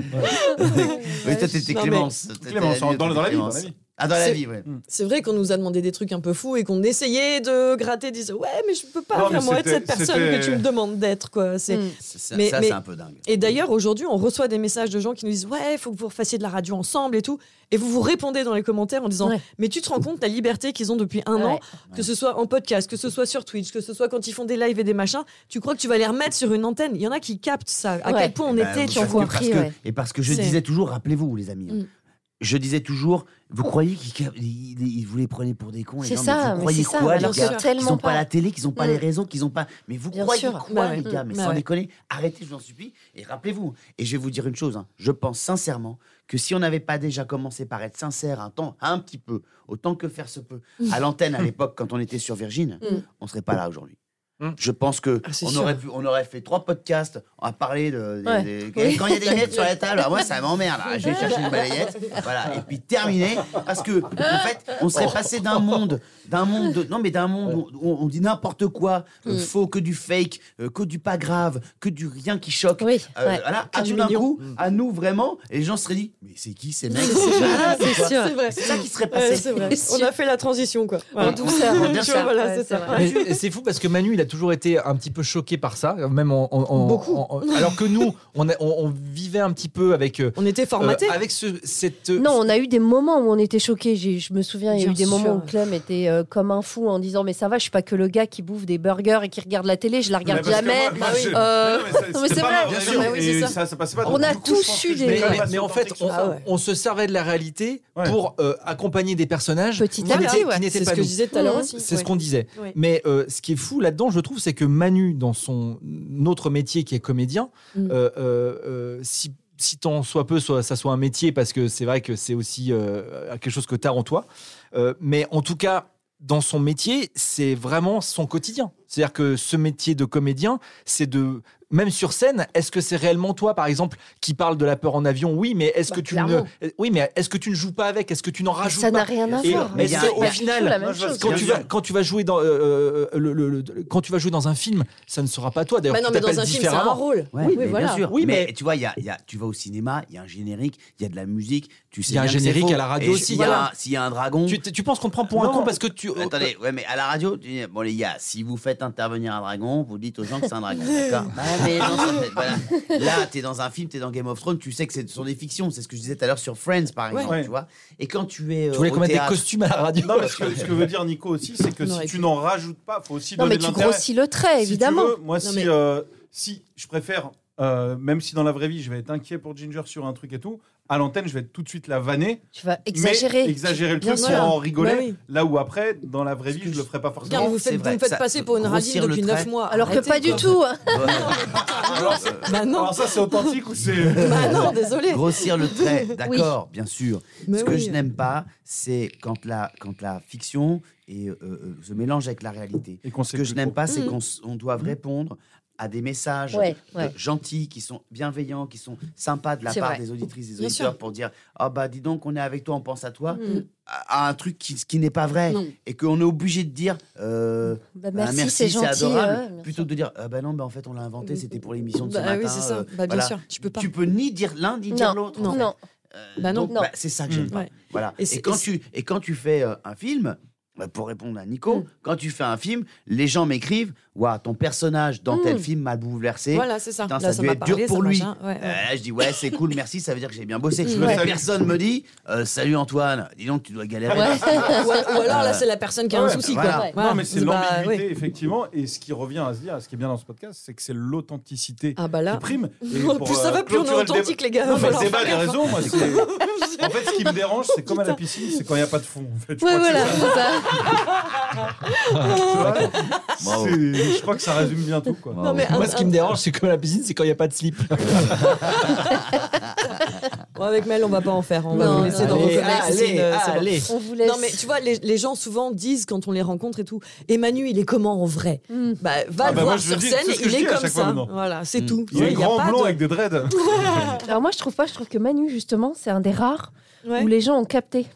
A: Mais toi, t'étais
E: Non, mais-
A: Clémence. T'étais
D: Clémence,
A: l'année où
D: dans- dans
A: t'étais
D: la vie, dans la
A: Clémence.
D: vie.
A: Ah, dans la
E: C'est- Mm.
A: vie, ouais.
E: C'est vrai qu'on nous a demandé des trucs un peu fous et qu'on essayait de gratter, de dire ouais, mais je peux pas
D: Non, mais
E: vraiment être
D: c'était-
E: cette personne
D: c'était-
E: que tu me demandes d'être, quoi. C'est
B: Mm.
A: C'est- Ça,
E: Mais-
A: ça,
E: mais-
A: c'est un peu dingue.
E: Et d'ailleurs, aujourd'hui, on reçoit des messages de gens qui nous disent Ouais, il faut que vous refassiez de la radio ensemble et tout. Et vous vous répondez dans les commentaires en disant
B: Ouais.
E: Mais tu te rends compte la liberté qu'ils ont depuis un
B: Ouais.
E: an, que ce soit en podcast, que ce soit sur Twitch, que ce soit quand ils font des lives et des machins, tu crois que tu vas les remettre sur une antenne Il y en a qui captent ça, à
B: Ouais.
E: quel point on
A: Bah,
E: était,
A: vous
E: tu en
A: savez,
E: vois.
A: parce
B: compris,
A: que-
B: ouais.
A: Et parce que je
E: C'est-
A: disais toujours, rappelez-vous, les amis. hein,
B: Mm.
A: Je disais toujours, vous croyez qu'ils ils, ils vous les prenez pour des cons. les
B: C'est
A: gens, mais
B: ça,
A: vous
B: mais
A: croyez
B: c'est ça,
A: quoi,
B: bien
A: les
B: sûr.
A: gars Qu'ils
B: Tellement
A: n'ont pas.
B: pas.
A: la télé, qu'ils n'ont pas
B: Mm.
A: les raisons, qu'ils n'ont pas. Mais vous
B: Bien
A: croyez
B: sûr.
A: quoi,
E: Bah
A: les
E: ouais.
A: gars Mais
E: Bah
A: sans
E: ouais.
A: déconner, arrêtez, je vous en supplie. Et rappelez-vous. Et je vais vous dire une chose. hein, je pense sincèrement que si on n'avait pas déjà commencé par être sincère un temps, un petit peu, autant que faire se peut, à l'antenne à l'époque, quand on était sur Virgin,
E: Mm.
A: on serait pas là aujourd'hui.
F: Mm.
A: Je pense que
E: Ah, c'est
A: on,
E: sûr.
A: aurait pu- on aurait fait trois podcasts à parler de, des-
B: Ouais.
A: des- quand il y a des lunettes sur la table. alors Moi, ça m'emmerde. là. Je vais chercher une balayette. Voilà. Et puis terminé, parce que en fait, on serait passé d'un monde, d'un monde, de- non mais d'un monde où on, on dit n'importe quoi, euh, faux que du fake, euh, que du pas grave, que du rien qui choque.
B: Oui,
A: Euh,
B: ouais.
A: voilà,
E: Que
A: à
E: du
A: tout d'un
E: mignon.
A: coup, à nous vraiment, et les gens se seraient dit, mais c'est qui ces mecs
B: Ah,
A: Voilà,
B: c'est
A: quoi
B: sûr.
E: vrai.
A: C'est ça qui serait
E: Ouais,
A: passé.
E: Ah, c'est [laughs] vrai.
B: C'est
E: On
B: sûr.
E: a fait la transition, quoi. Voilà.
B: douceur, en
E: Tu vois,
B: douceur.
E: voilà,
B: Ouais,
E: c'est
B: c'est
E: ça.
B: vrai.
F: Mais c'est fou parce que Manu, il a toujours été un petit peu choqué par ça, même en. en- en-
E: Beaucoup.
F: en- en- alors que nous, on, a- on- on vivait un petit peu avec. euh,
E: On était formatés.
F: euh, avec ce, cette.
B: Non, on a eu des moments où on était choqués. J'ai- Je me souviens, il y a eu
E: Bien
B: des moments où
E: sûr.
B: Clem était euh, comme un fou en disant Mais ça va, je suis pas que le gars qui bouffe des burgers et qui regarde la télé, je la regarde jamais. Euh, non, mais c'est vrai,
D: bien
B: bien
D: sûr.
B: sûr, mais oui, c'est ça.
D: ça, ça passait pas.
B: On
D: Donc,
B: a
D: du coup,
B: tous
D: je pense
B: eu
D: que je
B: des-
F: Mais,
D: vais
F: mais-
D: passer
F: mais en
D: au
F: fait,
D: cortex.
F: on,
E: Ah ouais.
F: on se servait de la réalité
D: Ouais.
F: pour euh, accompagner des personnages
B: Petit
F: qui
B: à
F: n'étaient-
B: petit,
F: qui
B: ouais.
F: n'étaient
E: C'est ce
F: pas
E: que je
F: nous.
E: disais tout à l'heure
B: Mhm.
E: aussi.
F: C'est
E: Ouais.
F: ce qu'on disait.
E: Oui.
F: Mais euh, ce qui est fou là-dedans, je trouve, c'est que Manu, dans son autre métier qui est comédien,
E: Mm.
F: euh, euh, euh, si, si tant soit peu, soit, ça soit un métier, parce que c'est vrai que c'est aussi euh, quelque chose que tu as en toi. Euh, mais en tout cas, dans son métier, c'est vraiment son quotidien. C'est-à-dire que ce métier de comédien, c'est de même sur scène, est-ce que c'est réellement toi, par exemple, qui parle de la peur en avion Oui, mais est-ce
B: Bah,
F: que tu
B: clairement.
F: ne, oui, mais est-ce que tu ne joues pas avec Est-ce que tu n'en rajoutes
B: Ça
F: pas
B: n'a rien à
F: Et-
B: voir.
F: mais
B: C'est
F: c'est- au
B: pas du tout
F: final,
B: la même
D: moi, je vois
B: chose.
D: ce qu'il
F: quand
D: Bien
F: tu
D: sûr.
F: vas quand tu vas jouer dans euh, euh, le, le- le- le- quand tu vas jouer dans un film, ça ne sera pas toi. D'ailleurs,
E: Bah
F: tu
E: non, mais
F: t'appelles
E: dans un film, c'est un
F: différemment.
E: rôle.
A: Ouais,
E: oui,
A: mais
E: voilà.
A: bien sûr.
F: Oui,
A: mais,
F: mais-
A: tu vois, il y a, il y a- tu vas au cinéma, il y a un générique, il y a de la musique, tu sais
F: Il y a un
A: bien que c'est
F: générique
A: faux.
F: à la radio
A: Et
F: aussi,
A: S'il y, a
F: voilà.
A: un- s'il y a un dragon.
F: Tu, tu penses qu'on te Oh, prend pour un
A: Non.
F: con parce que tu
A: Attendez, ouais, mais à la radio, tu dis, bon les gars, si vous faites intervenir un dragon, vous dites aux gens que c'est un dragon, d'accord Bah, mais [laughs] non, ça fait- voilà. Là, t'es dans un film, t'es dans Game of Thrones, tu sais que ce sont des fictions, c'est ce que je disais tout à l'heure sur Friends, par exemple,
D: Ouais.
A: tu vois. Et quand tu es euh,
F: Tu voulais
A: au
F: qu'on mette des
A: théâtre-
F: costumes à la radio.
D: Non, mais ce que, ce que veut dire Nico aussi, c'est que
E: On aurait
D: si tu
E: pu.
D: n'en rajoutes pas, faut aussi
B: Non,
D: donner
B: mais
D: de
B: tu
D: l'intérêt.
B: grossis le trait,
D: Si tu
B: évidemment.
D: veux, moi,
E: Non,
D: si,
E: mais-
D: euh, si je préfère, euh, même si dans la vraie vie, je vais être inquiet pour Ginger sur un truc et tout, à l'antenne, je vais tout de suite la vanner.
B: Tu vas
D: mais
B: exagérer.
D: exagérer le
B: Bien
D: truc pour
B: sûr.
D: en rigoler.
E: Bah oui.
D: Là où après, dans la vraie vie, je le ferai pas
E: Regarde,
D: forcément.
E: vous faites,
A: c'est
E: vous
A: vrai,
E: me faites
A: ça-
E: passer pour une radine
A: grossir le
E: depuis
A: trait.
E: 9 mois.
B: Alors que
E: Arrêtez,
B: pas du
E: quoi.
B: tout.
A: Alors, euh,
E: Bah non,
D: Alors ça, c'est authentique ou
E: [laughs]
D: c'est...
E: bah non, désolé.
A: Grossir le trait, d'accord, bien sûr.
E: Mais
A: Ce que
E: oui.
A: je n'aime pas, c'est quand la, quand la fiction et, euh, euh, se mélange avec la réalité.
D: Et qu'on
A: Ce
D: sait
A: que
D: plus
A: je n'aime
D: trop.
A: pas, c'est qu'on s- on doit répondre à des messages
B: Ouais,
A: euh,
B: ouais.
A: gentils, qui sont bienveillants, qui sont sympas de la
B: C'est
A: part
B: vrai.
A: des auditrices, des
E: Bien
A: auditeurs,
E: sûr.
A: pour dire « Ah bah dis donc, on est avec toi, on pense à toi à, à un truc qui, qui n'est pas vrai.
C: Non.
A: Et qu'on est obligé de dire euh, bah,
B: Bah, merci,
A: merci,
B: c'est
A: c'est
B: gentil,
A: adorable
B: ouais, bien
A: plutôt que de dire ah bah non bah en fait on l'a inventé c'était pour l'émission de ce
E: Bah
A: matin
E: oui, c'est ça.
A: euh,
E: Bah bien sûr, tu peux pas.
A: tu peux ni dire l'un ni dire
B: Non,
A: l'autre en
B: non,
A: fait.
B: non.
A: Euh,
E: Bah non.
A: donc,
B: Non.
A: bah, c'est ça que j'aime
D: Mm.
A: pas.
E: Ouais.
A: Voilà.
E: Et
A: Et,
E: c'est-
A: quand
E: et c'est-
A: tu et quand tu fais euh, un film, bah, pour répondre à Nico,
E: Mm.
A: quand tu fais un film, les gens m'écrivent, waouh, ton personnage dans tel film m'a bouleversé.
E: Mm. Voilà, c'est ça.
A: Putain,
E: Là,
A: ça,
E: ça
A: doit
E: m'a
A: être dur
E: parlé, ça
A: pour lui.
E: machin. Ouais, ouais.
A: Euh, là, je dis ouais, c'est cool, merci, ça veut dire que j'ai bien
E: [laughs]
A: bossé.
D: le
A: Mais
D: salue.
A: Personne me dit, euh, salut Antoine, dis donc tu dois galérer.
B: Ouais.
A: [laughs]
E: [laughs] ou, ou alors là, c'est la personne qui a un
D: Ouais,
E: souci.
A: voilà.
E: Quoi.
B: Ouais.
E: Voilà.
D: Non, mais c'est
E: Bah,
D: l'ambiguïté,
E: ouais.
D: effectivement. Et ce qui revient à se dire, ce qui est bien dans ce podcast, c'est que c'est l'authenticité
E: Ah bah là.
D: qui
E: [laughs]
D: prime. Et
E: En
D: pour,
E: plus, ça
D: euh,
E: va, plus on est
D: clôturer le débat-
E: authentique, les gars.
D: Non, mais le
E: Voilà.
D: débat, les raisons,
E: [laughs]
D: moi, c'est. En fait, ce qui me dérange, c'est comme à la piscine, c'est quand il n'y a pas de fond. En fait. Je
B: Ouais,
D: crois que
B: voilà, c'est ça.
D: c'est- c'est- Je crois que ça résume bien tout, quoi.
E: Non, mais un-
F: Moi, ce qui me dérange, c'est que la piscine, c'est quand il n'y a pas de slip.
E: Ouais, avec Mel, on va pas en faire. On va
B: Non,
E: vous laisser
B: non,
E: dans
B: non.
E: vos
B: Allez,
E: connaisses, Cécile, euh, c'est bon.
F: allez.
B: On vous laisse.
E: Non, mais tu vois, les, les gens souvent disent quand on les rencontre et tout, Emmanuel, il est comment en vrai
B: Mm.
E: Bah, va
D: Ah
E: le
D: bah,
E: voir
D: moi, je
E: sur
D: le dis,
E: scène,
D: c'est ce que
E: il
D: je
E: est
D: dis à
E: comme
D: chaque fois
E: ça.
D: maintenant.
E: voilà, c'est tout.
D: Il y a
E: Ouais,
D: un
E: y a
D: grand
E: pas
D: blond
E: de-
D: avec des
E: [laughs]
D: dreads.
B: Alors moi, je trouve pas. Je trouve que Manu, justement, c'est un des rares
E: Ouais.
B: où les gens ont capté.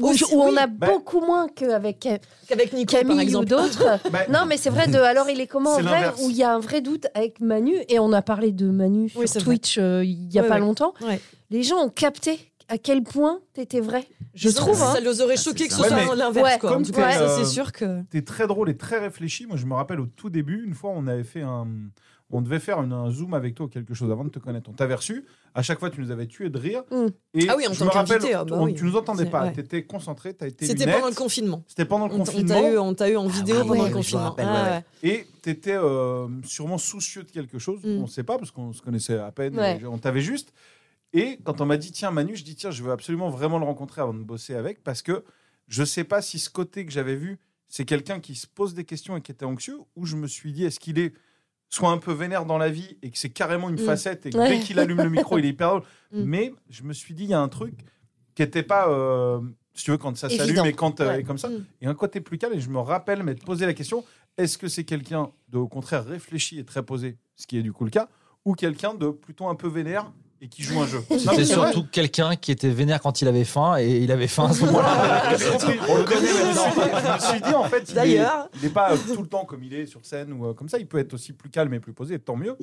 B: Où,
E: Aussi-
B: où on
E: oui,
B: a
D: Bah-
B: beaucoup moins qu'avec euh,
E: Avec Nico, par
B: Camille ou
E: exemple.
B: d'autres.
D: Bah,
B: [laughs] non, mais c'est vrai. De, alors, il est comment en
D: C'est
B: vrai
D: l'inverse.
B: Où il y a un vrai doute avec Manu. Et on a parlé de Manu sur
E: Oui, c'est vrai.
B: Twitch euh, il y a
E: Ouais,
B: pas
E: ouais.
B: longtemps.
E: Ouais.
B: Les gens ont capté à quel point t'étais vrai.
E: Je trouve,
B: hein.
E: ça les aurait choqués que ce
D: Ouais,
E: soit
D: mais-
E: l'inverse.
B: Ouais.
E: quoi. En
D: Comme
E: tout cas,
B: t'es,
E: ça,
D: euh,
E: c'est sûr que.
D: T'es très drôle et très réfléchi. Moi, je me rappelle au tout début, une fois, on avait fait un. On devait faire une- un zoom avec toi ou quelque chose avant de te connaître. On t'avait reçu. À chaque fois, tu nous avais tué de rire.
B: Mm.
D: Et
E: Ah oui, en
D: je
E: tant
D: me rappelle,
E: qu'invité, ah bah
D: on-
E: oui.
D: tu nous entendais
E: C'est-
D: pas.
E: ouais.
D: Tu étais concentré, tu étais
E: C'était pendant le confinement.
D: C'était pendant le
E: On t- on
D: confinement. Ah
E: t'a eu, on t'a eu en vidéo
A: ouais,
E: pendant
A: ouais,
E: le
A: je me
E: confinement.
A: rappelle,
E: Ah,
A: ouais.
E: ouais.
D: Et tu étais sûrement soucieux de quelque chose,
E: Mm.
D: on ne sait pas, parce qu'on se connaissait à peine,
B: Ouais.
D: et on t'avait juste. Et quand on m'a dit, tiens, Manu, je dis, tiens, je veux absolument vraiment le rencontrer avant de bosser avec, parce que je ne sais pas si ce côté que j'avais vu, c'est quelqu'un qui se pose des questions et qui était anxieux, ou je me suis dit, est-ce qu'il est soit un peu vénère dans la vie et que c'est carrément une
E: Mm.
D: facette, et que
B: Ouais.
D: dès qu'il allume le micro, il est hyper drôle.
E: Mm.
D: Mais je me suis dit, il y a un truc qui n'était pas, euh, si tu veux, quand ça s'allume
B: Évident.
D: et quand euh,
B: Ouais.
D: et comme ça
E: Mm.
D: et un côté plus calme. Et je me rappelle m'être posé la question est-ce que c'est quelqu'un de, au contraire, réfléchi et très posé, ce qui est du coup le cas, ou quelqu'un de plutôt un peu vénère et qui joue un jeu Non, mais
F: C'était
D: c'est vrai.
F: surtout quelqu'un qui était vénère quand il avait faim et il avait faim à ce moment-là.
D: Voilà, j'ai compris. On le connaît maintenant. Je me suis dit, en fait, il est-
E: D'ailleurs.
D: il n'est pas euh, tout le temps comme il est sur scène ou euh, comme ça. Il peut être aussi plus calme et plus posé, tant mieux.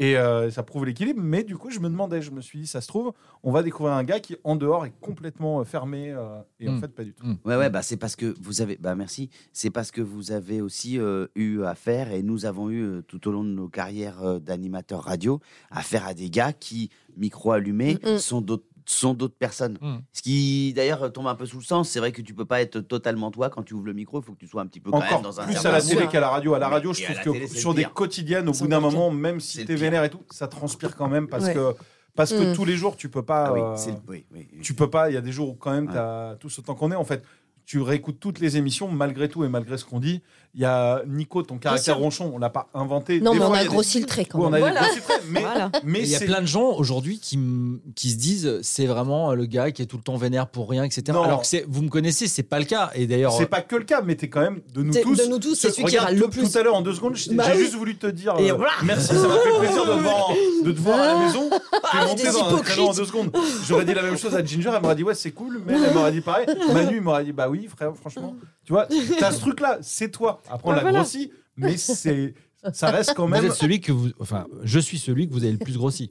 D: Et euh, ça prouve l'équilibre. Mais du coup, je me demandais, je me suis dit, ça se trouve, on va découvrir un gars qui, en dehors, est complètement euh, fermé. euh, et en
F: Mm.
D: fait, pas du tout.
A: Ouais, ouais, bah c'est parce que vous avez, bah merci, c'est parce que vous avez aussi euh, eu affaire et nous avons eu euh, tout au long de nos carrières euh, d'animateurs radio affaire à des gars qui, micro allumé,
B: Mm, mm.
A: sont d'autres sont d'autres personnes.
F: Mm.
A: Ce qui d'ailleurs euh, tombe un peu sous le sens. C'est vrai que tu peux pas être totalement toi quand tu ouvres le micro. Il faut que tu sois un petit peu quand même
D: Encore
A: dans un
D: plus
A: certain
D: à la
A: mode.
D: télé qu'à la radio. À la
A: Mais-
D: radio, je
A: et à
D: trouve
A: la
D: que
A: télé, c'est
D: sur
A: le
D: des
A: pire.
D: quotidiennes, au
E: C'est
D: bout d'un
E: encore le
D: moment, même si
A: C'est
D: t'es
A: le pire.
D: vénère et tout, ça transpire quand même parce
E: Ouais.
D: que parce que
B: Mm.
D: tous les jours, tu peux pas.
A: Ah oui,
D: euh,
A: c'est le- oui, oui, oui.
D: tu peux pas. Il y a des jours où quand même,
A: Ouais.
D: t'as tous autant qu'on est en fait. tu réécoutes toutes les émissions, malgré tout et malgré ce qu'on dit. Il y a Nico, ton caractère ronchon, on l'a pas inventé.
B: Non,
D: Des
B: mais on
D: fois, il
B: a
D: y des-
B: grossi le trait quand
D: Oui, on
B: même.
D: a
E: Voilà.
D: des petits traits, mais,
E: Voilà.
D: mais
F: Il y a
D: c'est-
F: plein de gens aujourd'hui qui, m- qui se disent c'est vraiment euh, le gars qui est tout le temps vénère pour rien, etc.
D: Non.
F: Alors que c'est- vous me connaissez, c'est pas le cas. Et d'ailleurs,
D: C'est pas que le cas, mais t'es quand même de nous
E: T'es-
D: tous.
E: de nous tous, c'est celui qui
D: regarde,
E: râle le
D: tout-
E: plus.
D: Tout à l'heure, en deux secondes, j'ai
E: Bah
D: j'ai
E: oui.
D: juste voulu te dire
E: Et
D: euh,
E: voilà.
D: merci, ça m'a fait plaisir de, voir- de te voir à la maison. T'es
E: Ah,
D: monté
E: des
D: dans un créneau en
E: hypocrites.
D: deux secondes. J'aurais dit la même chose à Ginger, elle m'aurait dit ouais, c'est cool, mais elle m'aurait dit pareil. Manu il m'aurait dit bah oui, frère, franchement. Tu vois, t'as ce truc-là, c'est toi. Après, on
E: Bah
D: l'a
E: voilà.
D: grossi, mais c'est. Ça reste quand
F: vous
D: même.
F: êtes celui que vous. Enfin, je suis celui que vous avez le plus grossi.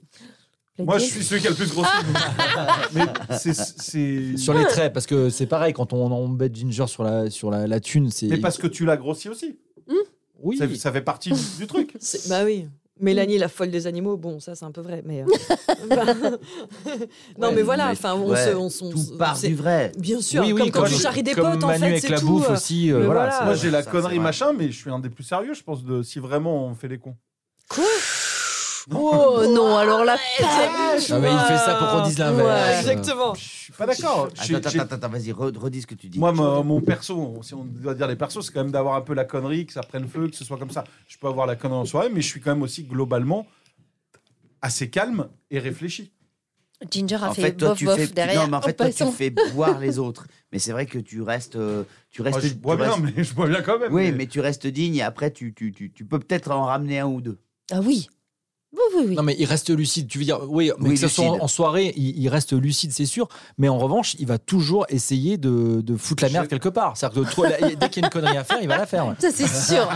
D: Moi, je suis celui qui a le plus grossi. mais c'est- c'est.
F: sur les traits, parce que c'est pareil, quand on embête Ginger sur la, sur la, la thune, c'est.
D: Mais parce que tu l'as grossi aussi.
F: Oui.
D: Ça, ça fait partie du- du truc.
E: C'est- Bah oui. Mélanie, la folle des animaux, bon, ça c'est un peu vrai, mais. euh, bah, non, mais
A: Ouais,
E: voilà,
A: mais-
E: enfin, on
A: ouais,
E: se. On, se- on se-
A: Tout part
E: c'est-
A: du vrai.
E: Bien sûr,
F: oui, oui,
E: comme, quand
F: comme-
E: tu charries des
F: comme
E: potes, en
F: Manu
E: fait,
F: avec
E: c'est
F: la
E: tout.
F: bouffe
E: euh,
F: aussi. euh,
E: mais
F: voilà.
E: voilà.
F: c'est-
D: Moi, j'ai la
A: ça,
D: connerie
A: c'est vrai.
D: machin, mais je suis un des plus sérieux, je pense, de si vraiment on fait les cons.
B: Oh non, alors là.
F: Ah ouais, il fait ça pour qu'on dise
E: euh, Ouais,
F: l'inverse.
E: exactement.
D: Je suis pas d'accord. J'ai-
A: Attends, attends,
D: j'ai-
A: attends, attends, vas-y, re- redis ce que tu dis.
D: Moi, mon, mon perso, si on doit dire les persos, c'est quand même d'avoir un peu la connerie, que ça prenne feu, que ce soit comme ça. Je peux avoir la connerie en soirée, mais je suis quand même aussi globalement assez calme et réfléchi.
B: Ginger a
A: en
B: fait,
A: fait, toi,
B: bof
A: tu
B: bof
A: fais.
B: derrière. Oh,
A: Non, mais en fait, toi, tu
B: passant.
A: fais boire les autres. Mais c'est vrai que tu restes. euh, Tu restes.
D: Moi, je
A: tu
D: bois bien,
A: restes-
D: mais [laughs] je bois bien quand même.
A: Oui, mais tu restes digne et après, tu, tu, tu, tu peux peut-être en ramener un ou deux.
B: Ah oui. Oui, oui, oui.
F: Non, mais il reste lucide. Tu veux dire, oui, mais
A: Oui,
F: que ce soit en-
A: lucide.
F: en soirée, il, il reste lucide, c'est sûr. Mais en revanche, il va toujours essayer de, de foutre la merde
D: Je-
F: quelque part. C'est-à-dire que toi, là, dès qu'il y a une connerie à faire, il va la faire. ouais.
B: Ça, c'est sûr.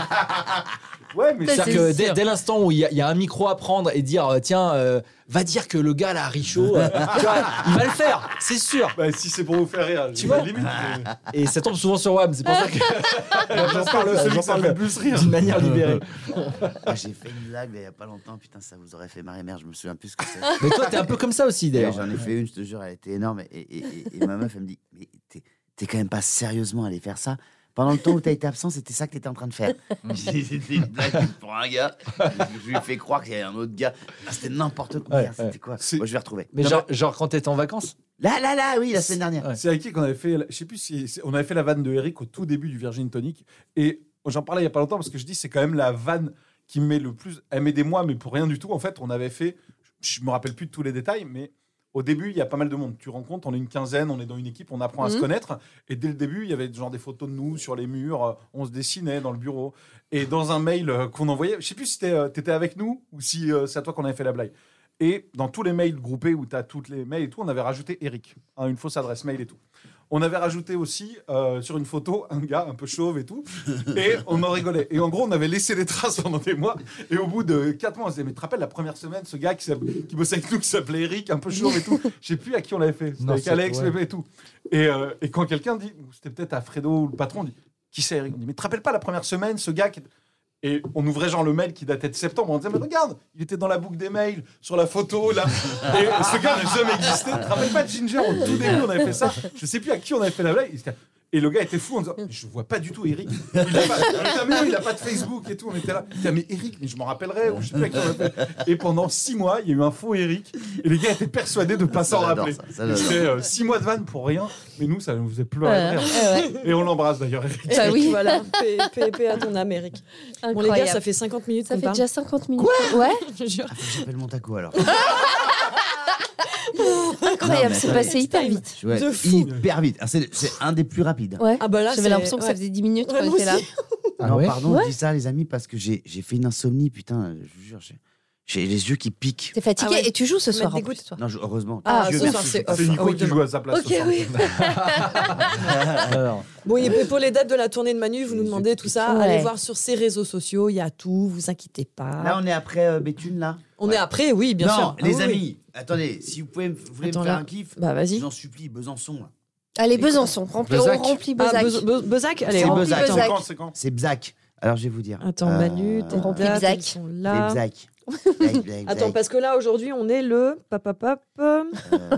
D: Ouais, mais
B: Ça,
D: ça-
F: C'est-à-dire
B: C'est
F: que dès,
B: sûr.
F: dès l'instant où il y, a- il y a un micro à prendre et dire, euh, tiens, euh, va dire que le gars là, Richaud, euh, [laughs] tu vois, il va le faire, c'est sûr.
D: Bah, si c'est pour vous faire rire,
F: Tu
D: j'ai
F: vois
D: pas de limite. mais-
F: Et ça tombe souvent sur WAM, c'est pour ça que j'en parle,
D: Celui
F: j'en
D: que ça
F: parle
D: fait le plus rire.
F: d'une manière libérée.
A: Ah, J'ai fait une blague là, il n'y a pas longtemps. Putain, ça vous aurait fait marrer, merde. Je me souviens plus ce que
B: [laughs]
A: c'est.
F: Mais toi, t'es un peu comme ça aussi
A: Et
F: d'ailleurs.
A: J'en ai fait une, je te jure, elle était énorme. Et, et- et- et ma meuf, elle me dit Mais t'es, t'es quand même pas sérieusement allé faire ça Pendant le temps où t'as été absent, c'était ça que t'étais en train de
D: [laughs]
A: faire. J'ai dit, c'était une blague pour un gars. Je lui ai fait croire qu'il y avait un autre gars. Ah, c'était n'importe quoi.
F: Ouais,
A: Merde, C'était quoi
D: C'est-
A: Moi, je vais retrouver.
F: Mais
D: Non,
F: genre, genre quand t'étais en vacances
A: Là, là, là, oui, la semaine dernière.
F: Ouais.
D: C'est avec qui qu'on avait fait, la- je sais plus si c'est- on avait fait la vanne de Eric au tout début du Virgin Tonic et j'en parlais il y a pas longtemps parce que je dis c'est quand même la vanne qui me met le plus, elle met des mois mais pour rien du tout en fait on avait fait, je me rappelle plus de tous les détails mais au début il y a pas mal de monde, tu rencontres, on est une quinzaine, on est dans une équipe, on apprend à se
B: Mhm.
D: connaître et dès le début il y avait genre des photos de nous sur les murs, euh, on se dessinait dans le bureau et dans un mail euh, qu'on envoyait, je sais plus si t'es, euh, t'étais avec nous ou si euh, c'est à toi qu'on avait fait la blague. Et dans tous les mails groupés où tu as toutes les mails et tout, on avait rajouté Eric, hein, une fausse adresse mail et tout. On avait rajouté aussi euh, sur une photo un gars un peu chauve et tout, et on en rigolait. Et en gros, on avait laissé des traces pendant des mois. Et au bout de quatre mois, on se disait Mais tu te rappelles la première semaine, ce gars qui, s'appelait- qui bossait avec nous, qui s'appelait Eric, un peu chauve et tout Je sais plus à qui on l'avait fait, c'était
F: Non,
D: avec
F: c'est-
D: Alex
F: ouais.
D: et tout. Et, euh, et quand quelqu'un dit ou C'était peut-être à Fredo ou le patron, on dit Qui c'est Eric On dit Mais tu te rappelles pas la première semaine, ce gars qui. Et on ouvrait genre le mail qui datait de septembre. On disait, mais regarde, il était dans la boucle des mails, sur la photo, là. Et ce gars n'a jamais existé. Tu te rappelles pas de Ginger Au tout début, on avait fait ça. Je sais plus à qui on avait fait la blague. Il était- Et le gars était fou en disant, je vois pas du tout Eric. Il a pas, Putain, mais non, il a pas de Facebook et tout. On était là. Putain, mais Eric, mais je m'en rappellerai. Ou je sais plus à qui on avait fait. Et pendant six mois, il y a eu un faux Eric. Et les gars étaient persuadés de pas s'en
A: j'adore
D: rappeler.
A: ça, ça, j'adore.
D: C'était euh, six mois de vanne pour rien. Mais nous, ça nous faisait pleurer. de
B: Ouais.
D: rire.
B: Eh
D: Et on l'embrasse d'ailleurs, Eric.
E: Eric,
B: Bah oui.
E: [laughs] Voilà, paix- paix- paix à ton Amérique. Bon, les
B: Incroyable.
E: gars, ça fait 50 minutes
B: Ça
E: qu'on
B: fait
E: parle.
B: déjà 50 minutes. ouais.
E: [laughs] Je jure.
A: Ah, faut que j'appelle mon taco [laughs] alors.
B: Incroyable,
A: mais
B: c'est
A: attends,
B: passé
E: mais-
B: hyper vite.
A: Ouais,
E: De fou.
A: hyper vite. Ah, c'est, c'est un des plus rapides. hein.
B: Ouais.
E: Ah bah là,
B: J'avais
E: c'est-
B: l'impression que ça
E: ouais.
B: faisait 10 minutes
E: Ouais,
B: qu'on
E: moi
B: était là.
E: aussi.
A: non,
F: ouais
A: pardon, je dis ça, les amis, parce que j'ai, j'ai fait une insomnie, putain, je vous jure, j'ai, j'ai les yeux qui piquent.
B: T'es fatigué
E: Ah ouais.
B: et tu joues ce
E: Mais
B: soir. en
E: dégoûte.
B: plus, toi.
A: Non, je- heureusement.
E: Ah,
A: Dieu
E: ce
A: merci,
E: soir,
A: je
E: c'est
A: peux
E: off.
D: C'est
A: faire.
E: Ah
D: Nico
E: oui,
D: qui joue à sa place.
E: Ok,
D: ce soir. [laughs]
E: oui.
F: Alors,
E: Bon, et puis pour les dates de la tournée de Manu, vous nous demandez tout ça.
B: Ouais.
E: Allez voir sur ses réseaux sociaux, il y a tout, vous inquiétez pas.
A: Là, on est après euh, Béthune, là
E: on
A: Ouais.
E: est après, oui, bien
A: non,
E: sûr. Ah
A: les
E: oui,
A: amis,
E: oui.
A: attendez, si vous pouvez me, vous voulez me
E: Attends,
A: faire
E: là.
A: un kiff,
E: Bah
A: je
E: vas-y.
A: vous en supplie, Besançon. là.
B: Allez, Besançon, remplis,
F: Bezac.
B: on remplit
E: Ah,
B: Bezac.
E: Bez- Bez- Bezac Allez,
A: C'est
E: on-
A: Bezac.
D: C'est
B: Bezac.
D: quand, c'est quand
A: C'est Bzac. Alors, je vais vous dire.
E: Attends,
A: Euh,
E: Manu, tes
B: remplit
E: dates,
B: Bezac.
E: elles sont
A: C'est
E: là. [laughs]
A: Bzac.
E: Attends, parce que là, aujourd'hui, on est le... Pop, pop, pop, euh,
A: que... Euh,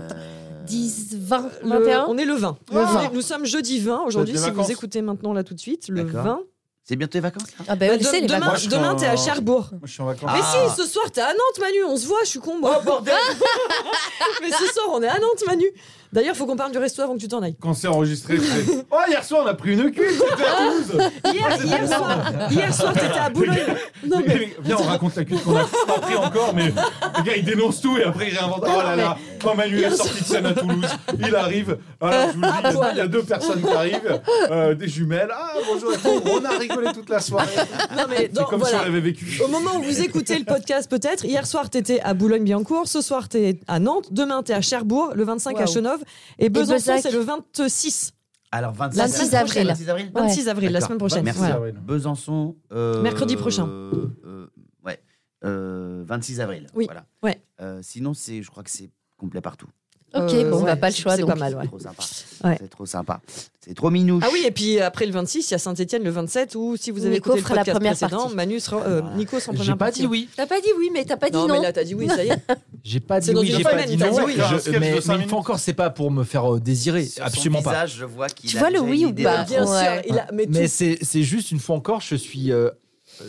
B: 10, 20,
E: le-
B: 21.
E: On est le 20.
D: Le
E: On est-
D: 20.
E: Nous sommes jeudi 20 aujourd'hui,
D: Faites des
E: si
D: vacances.
E: vous écoutez maintenant là tout de suite, le
A: D'accord.
E: 20.
A: C'est bientôt les vacances, là
B: Ah bah,
E: Bah,
B: on le
E: de-
B: sait, les
E: demain,
B: vacances. euh,
D: Moi, je
E: demain,
D: serai
E: t'es à
D: en-
E: Cherbourg.
D: Moi, je suis en vacances.
E: Mais
A: Ah.
E: si, ce
D: Oh,
E: [laughs] soir, t'es à Nantes, Manu, on se voit, je suis con, moi.
A: bordel
E: Mais ce soir, on est à Nantes, Manu. D'ailleurs, faut qu'on parle du resto avant que tu t'en ailles.
D: Quand c'est enregistré, je fais, Oh, hier soir, on a pris une cuite, c'était à Toulouse
E: Hier,
D: Ah,
E: hier soir, hier soir, t'étais
D: [laughs]
E: à Boulogne. Non, mais
D: Mais Viens, on raconte la cuite qu'on a pas pris encore, mais le gars, il dénonce tout et après, il réinvente. Oh là là, quand Manu est sorti de scène à Toulouse, il arrive. Alors, je vous le dis, il y a deux personnes qui arrivent, euh, des jumelles. Ah, bonjour, et tout. on a rigolé toute la soirée.
E: non, mais
D: C'est
E: dans-
D: comme si on
E: voilà.
D: l'avait vécu.
E: Au moment où vous écoutez le podcast, peut-être, hier soir, t'étais à Boulogne-Billancourt, ce soir, t'es à Nantes, demain, t'es à Cherbourg, le 25 à
B: Waouh.
E: Chenov, et Besançon,
B: Bezac.
E: c'est le 26,
A: Alors, 26,
B: La 26 avril.
A: 26 avril
E: 26 avril, la
A: D'accord.
E: semaine prochaine.
A: Merci.
E: Voilà.
D: Avril.
A: Besançon. euh,
E: Mercredi prochain.
A: euh, euh, ouais. Euh, 26 avril.
E: Oui,
A: Voilà.
E: ouais.
A: Euh, sinon, c'est, je crois que c'est complet partout.
B: Ok,
E: Euh,
B: bon, on
E: ouais,
B: n'a pas le choix.
E: c'est
B: donc.
E: pas mal, ouais.
A: Trop sympa.
E: Ouais.
A: C'est trop sympa. C'est trop minouche.
E: Ah oui, et puis après le 26, il y a Saint-Etienne le 27, où si vous avez
B: Nico
E: écouté le
B: fera la
E: podcast
B: première
E: précédent,
B: partie.
E: Manu sera, euh, Nico sera en première
F: J'ai pas
E: partie.
F: dit oui.
B: T'as pas dit oui, mais t'as pas dit
E: Non,
B: non.
E: mais là, t'as dit
B: [laughs]
E: oui, ça y est.
F: J'ai pas dit
E: C'est dans
F: oui.
E: une
F: J'ai pas
E: semaine,
F: dit
E: il t'a
F: non.
E: dit oui.
F: Je-
D: Un sketch de cinq
F: mais mais une fois
D: minutes.
F: encore, c'est pas pour me faire euh, désirer.
A: Sur son
F: Absolument pas.
A: visage, je vois qu'il
B: Tu
A: a
B: vois le
A: déjà
B: oui
A: une
B: ou
A: idée
B: pas
A: de-
E: Bien
B: Ouais.
E: sûr, il a, mais,
F: Mais
E: tout-
F: c'est c'est juste une fois encore, je suis, euh,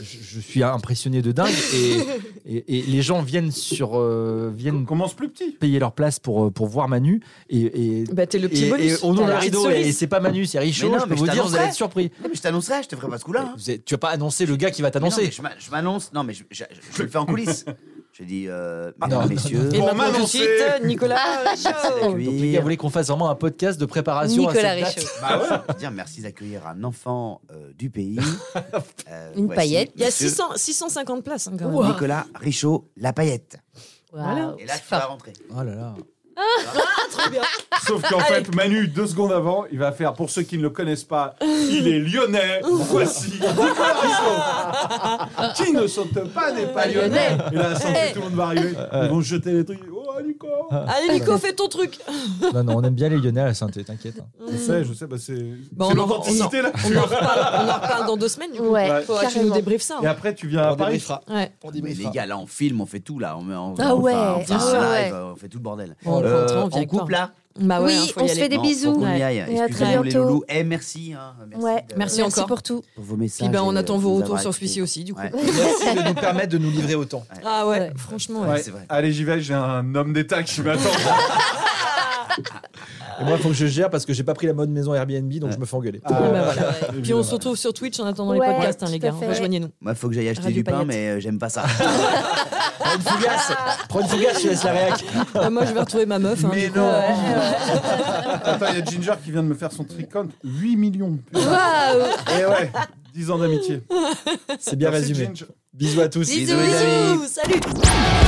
F: je, je suis impressionné de dingue et, et- et les gens viennent sur euh,
D: On
F: viennent
D: commence plus petit.
F: payer leur place pour euh, pour voir Manu et, et
E: bah, t'es le petit
F: et-
E: bonus.
F: et au nom
E: T'as
F: de
E: la
F: rideau,
E: petite cerise.
F: et c'est pas Manu, c'est Richaud,
A: Mais non,
F: je peux
A: mais je
F: vous dire, vous allez
A: t'annoncerai.
F: être surpris.
A: Non, mais je t'annoncerai, je te ferai pas ce coup-là. hein.
F: Vous êtes- tu vas pas annoncer le gars qui va
A: Mais non,
F: t'annoncer.
A: mais je m'a- je m'annonce. Non, mais je, je- je- je le fais en
E: [laughs]
A: coulisses. Je dis, euh, mesdames,
F: Ah, non, non,
A: messieurs,
E: Et
D: Pour
E: maintenant, tout de
D: m'annoncer.
E: suite, Nicolas Richaud.
A: accueillir-
F: Donc les gars Ah voulaient qu'on fasse vraiment un podcast de préparation à
B: Nicolas
F: cette date.
B: Richaud.
A: Bah ouais. Je veux dire merci d'accueillir un enfant euh, du
F: [laughs]
A: pays. Euh,
B: Une
A: voici
B: paillette.
E: Il y a
A: monsieur
E: 600, 650 places hein, quand même.
A: Nicolas Richaud, la paillette.
B: Waouh,
A: Et là,
B: c'est
A: tu vas
B: fort.
A: rentrer.
F: Oh là là.
D: Sauf qu'en fait, Manu, deux secondes avant, il va faire, pour ceux qui ne le connaissent pas, il est lyonnais, voici Nicolas Richaud. qui ne saute pas n'est pas lyonnais. Et là, sans
E: Eh. Mm.
D: tout le monde va arriver. Ils vont jeter les trucs. Oh, Nico
E: Allez, Nico, fais
B: [laughs]
E: ton truc.
F: Non, non, on aime bien les Lyonnais à la synthé, t'inquiète.
D: Je sais, je sais, bah c'est
E: Bon,
D: c'est
E: on en-
D: l'authenticité là.
E: On en reparle, on en reparle dans deux semaines. Du coup.
B: Ouais,
D: Ouais.
E: Faudra que tu nous
B: carrément.
E: débriefes ça.
D: Et
E: hein.
D: après, tu viens à Ah, Paris.
E: Ouais.
F: On
A: Mais les gars, là, on filme, on fait tout, là. On, met- on, on
B: Ah
A: fait un-
B: ouais,
A: on fait un
B: bien sûr,
A: live,
B: ouais.
A: euh, on fait tout le bordel.
E: Bon, le printemps, on
A: on
E: vient avec toi.
A: coupe, là
E: Bah ouais, hein,
B: oui,
E: faut y
B: on se
E: aller.
B: fait des
A: Non,
B: bisous.
A: faut qu'on y
E: Ouais.
A: aille.
B: Et à très
A: Excusez-nous, les
B: bientôt.
A: loulous. Eh, merci. hein, merci
B: Ouais.
A: de-
E: Merci encore.
B: pour tout.
A: pour vos messages.
E: Puis ben, on
A: et,
E: attend
A: euh,
E: vos
A: nous
E: retours
A: avoir
E: sur
A: écoutés.
E: celui-ci aussi, du coup.
A: Ouais.
F: Merci de nous permettre de nous livrer autant.
E: Ah ouais,
B: Ouais.
E: franchement. ouais.
A: Ouais,
D: Ouais.
A: c'est vrai.
D: Allez, j'y vais, j'ai un homme d'État qui
E: [laughs]
D: m'attend.
F: Et moi, il faut que je gère parce que j'ai pas pris la mode maison Airbnb, donc je me fais engueuler.
E: Ouais,
D: Ah, [laughs]
E: bah voilà.
D: évidemment.
E: Puis on se retrouve sur Twitch en attendant les
B: Ouais,
E: podcasts, hein, les
B: tout à
E: gars.
B: fait.
E: Rejoignez-nous.
A: Moi, faut que j'aille acheter
E: [laughs] Radio
A: du pain,
E: paillette.
A: mais euh, j'aime pas
E: [laughs]
A: ça.
F: Prends une fougasse, prends une fougasse, tu laisses la réac.
E: Euh, moi, je vais retrouver ma meuf. hein,
D: Mais
E: du coup.
D: non.
E: Ouais.
D: [laughs] Attends, il y a Ginger qui vient de me faire son tricot. 8 millions. putain.
B: Waouh
D: Et ouais, 10 ans d'amitié.
F: C'est bien
D: Merci,
F: résumé.
D: Ginger.
F: Bisous à tous.
A: Bisous, les amis.
E: Salut.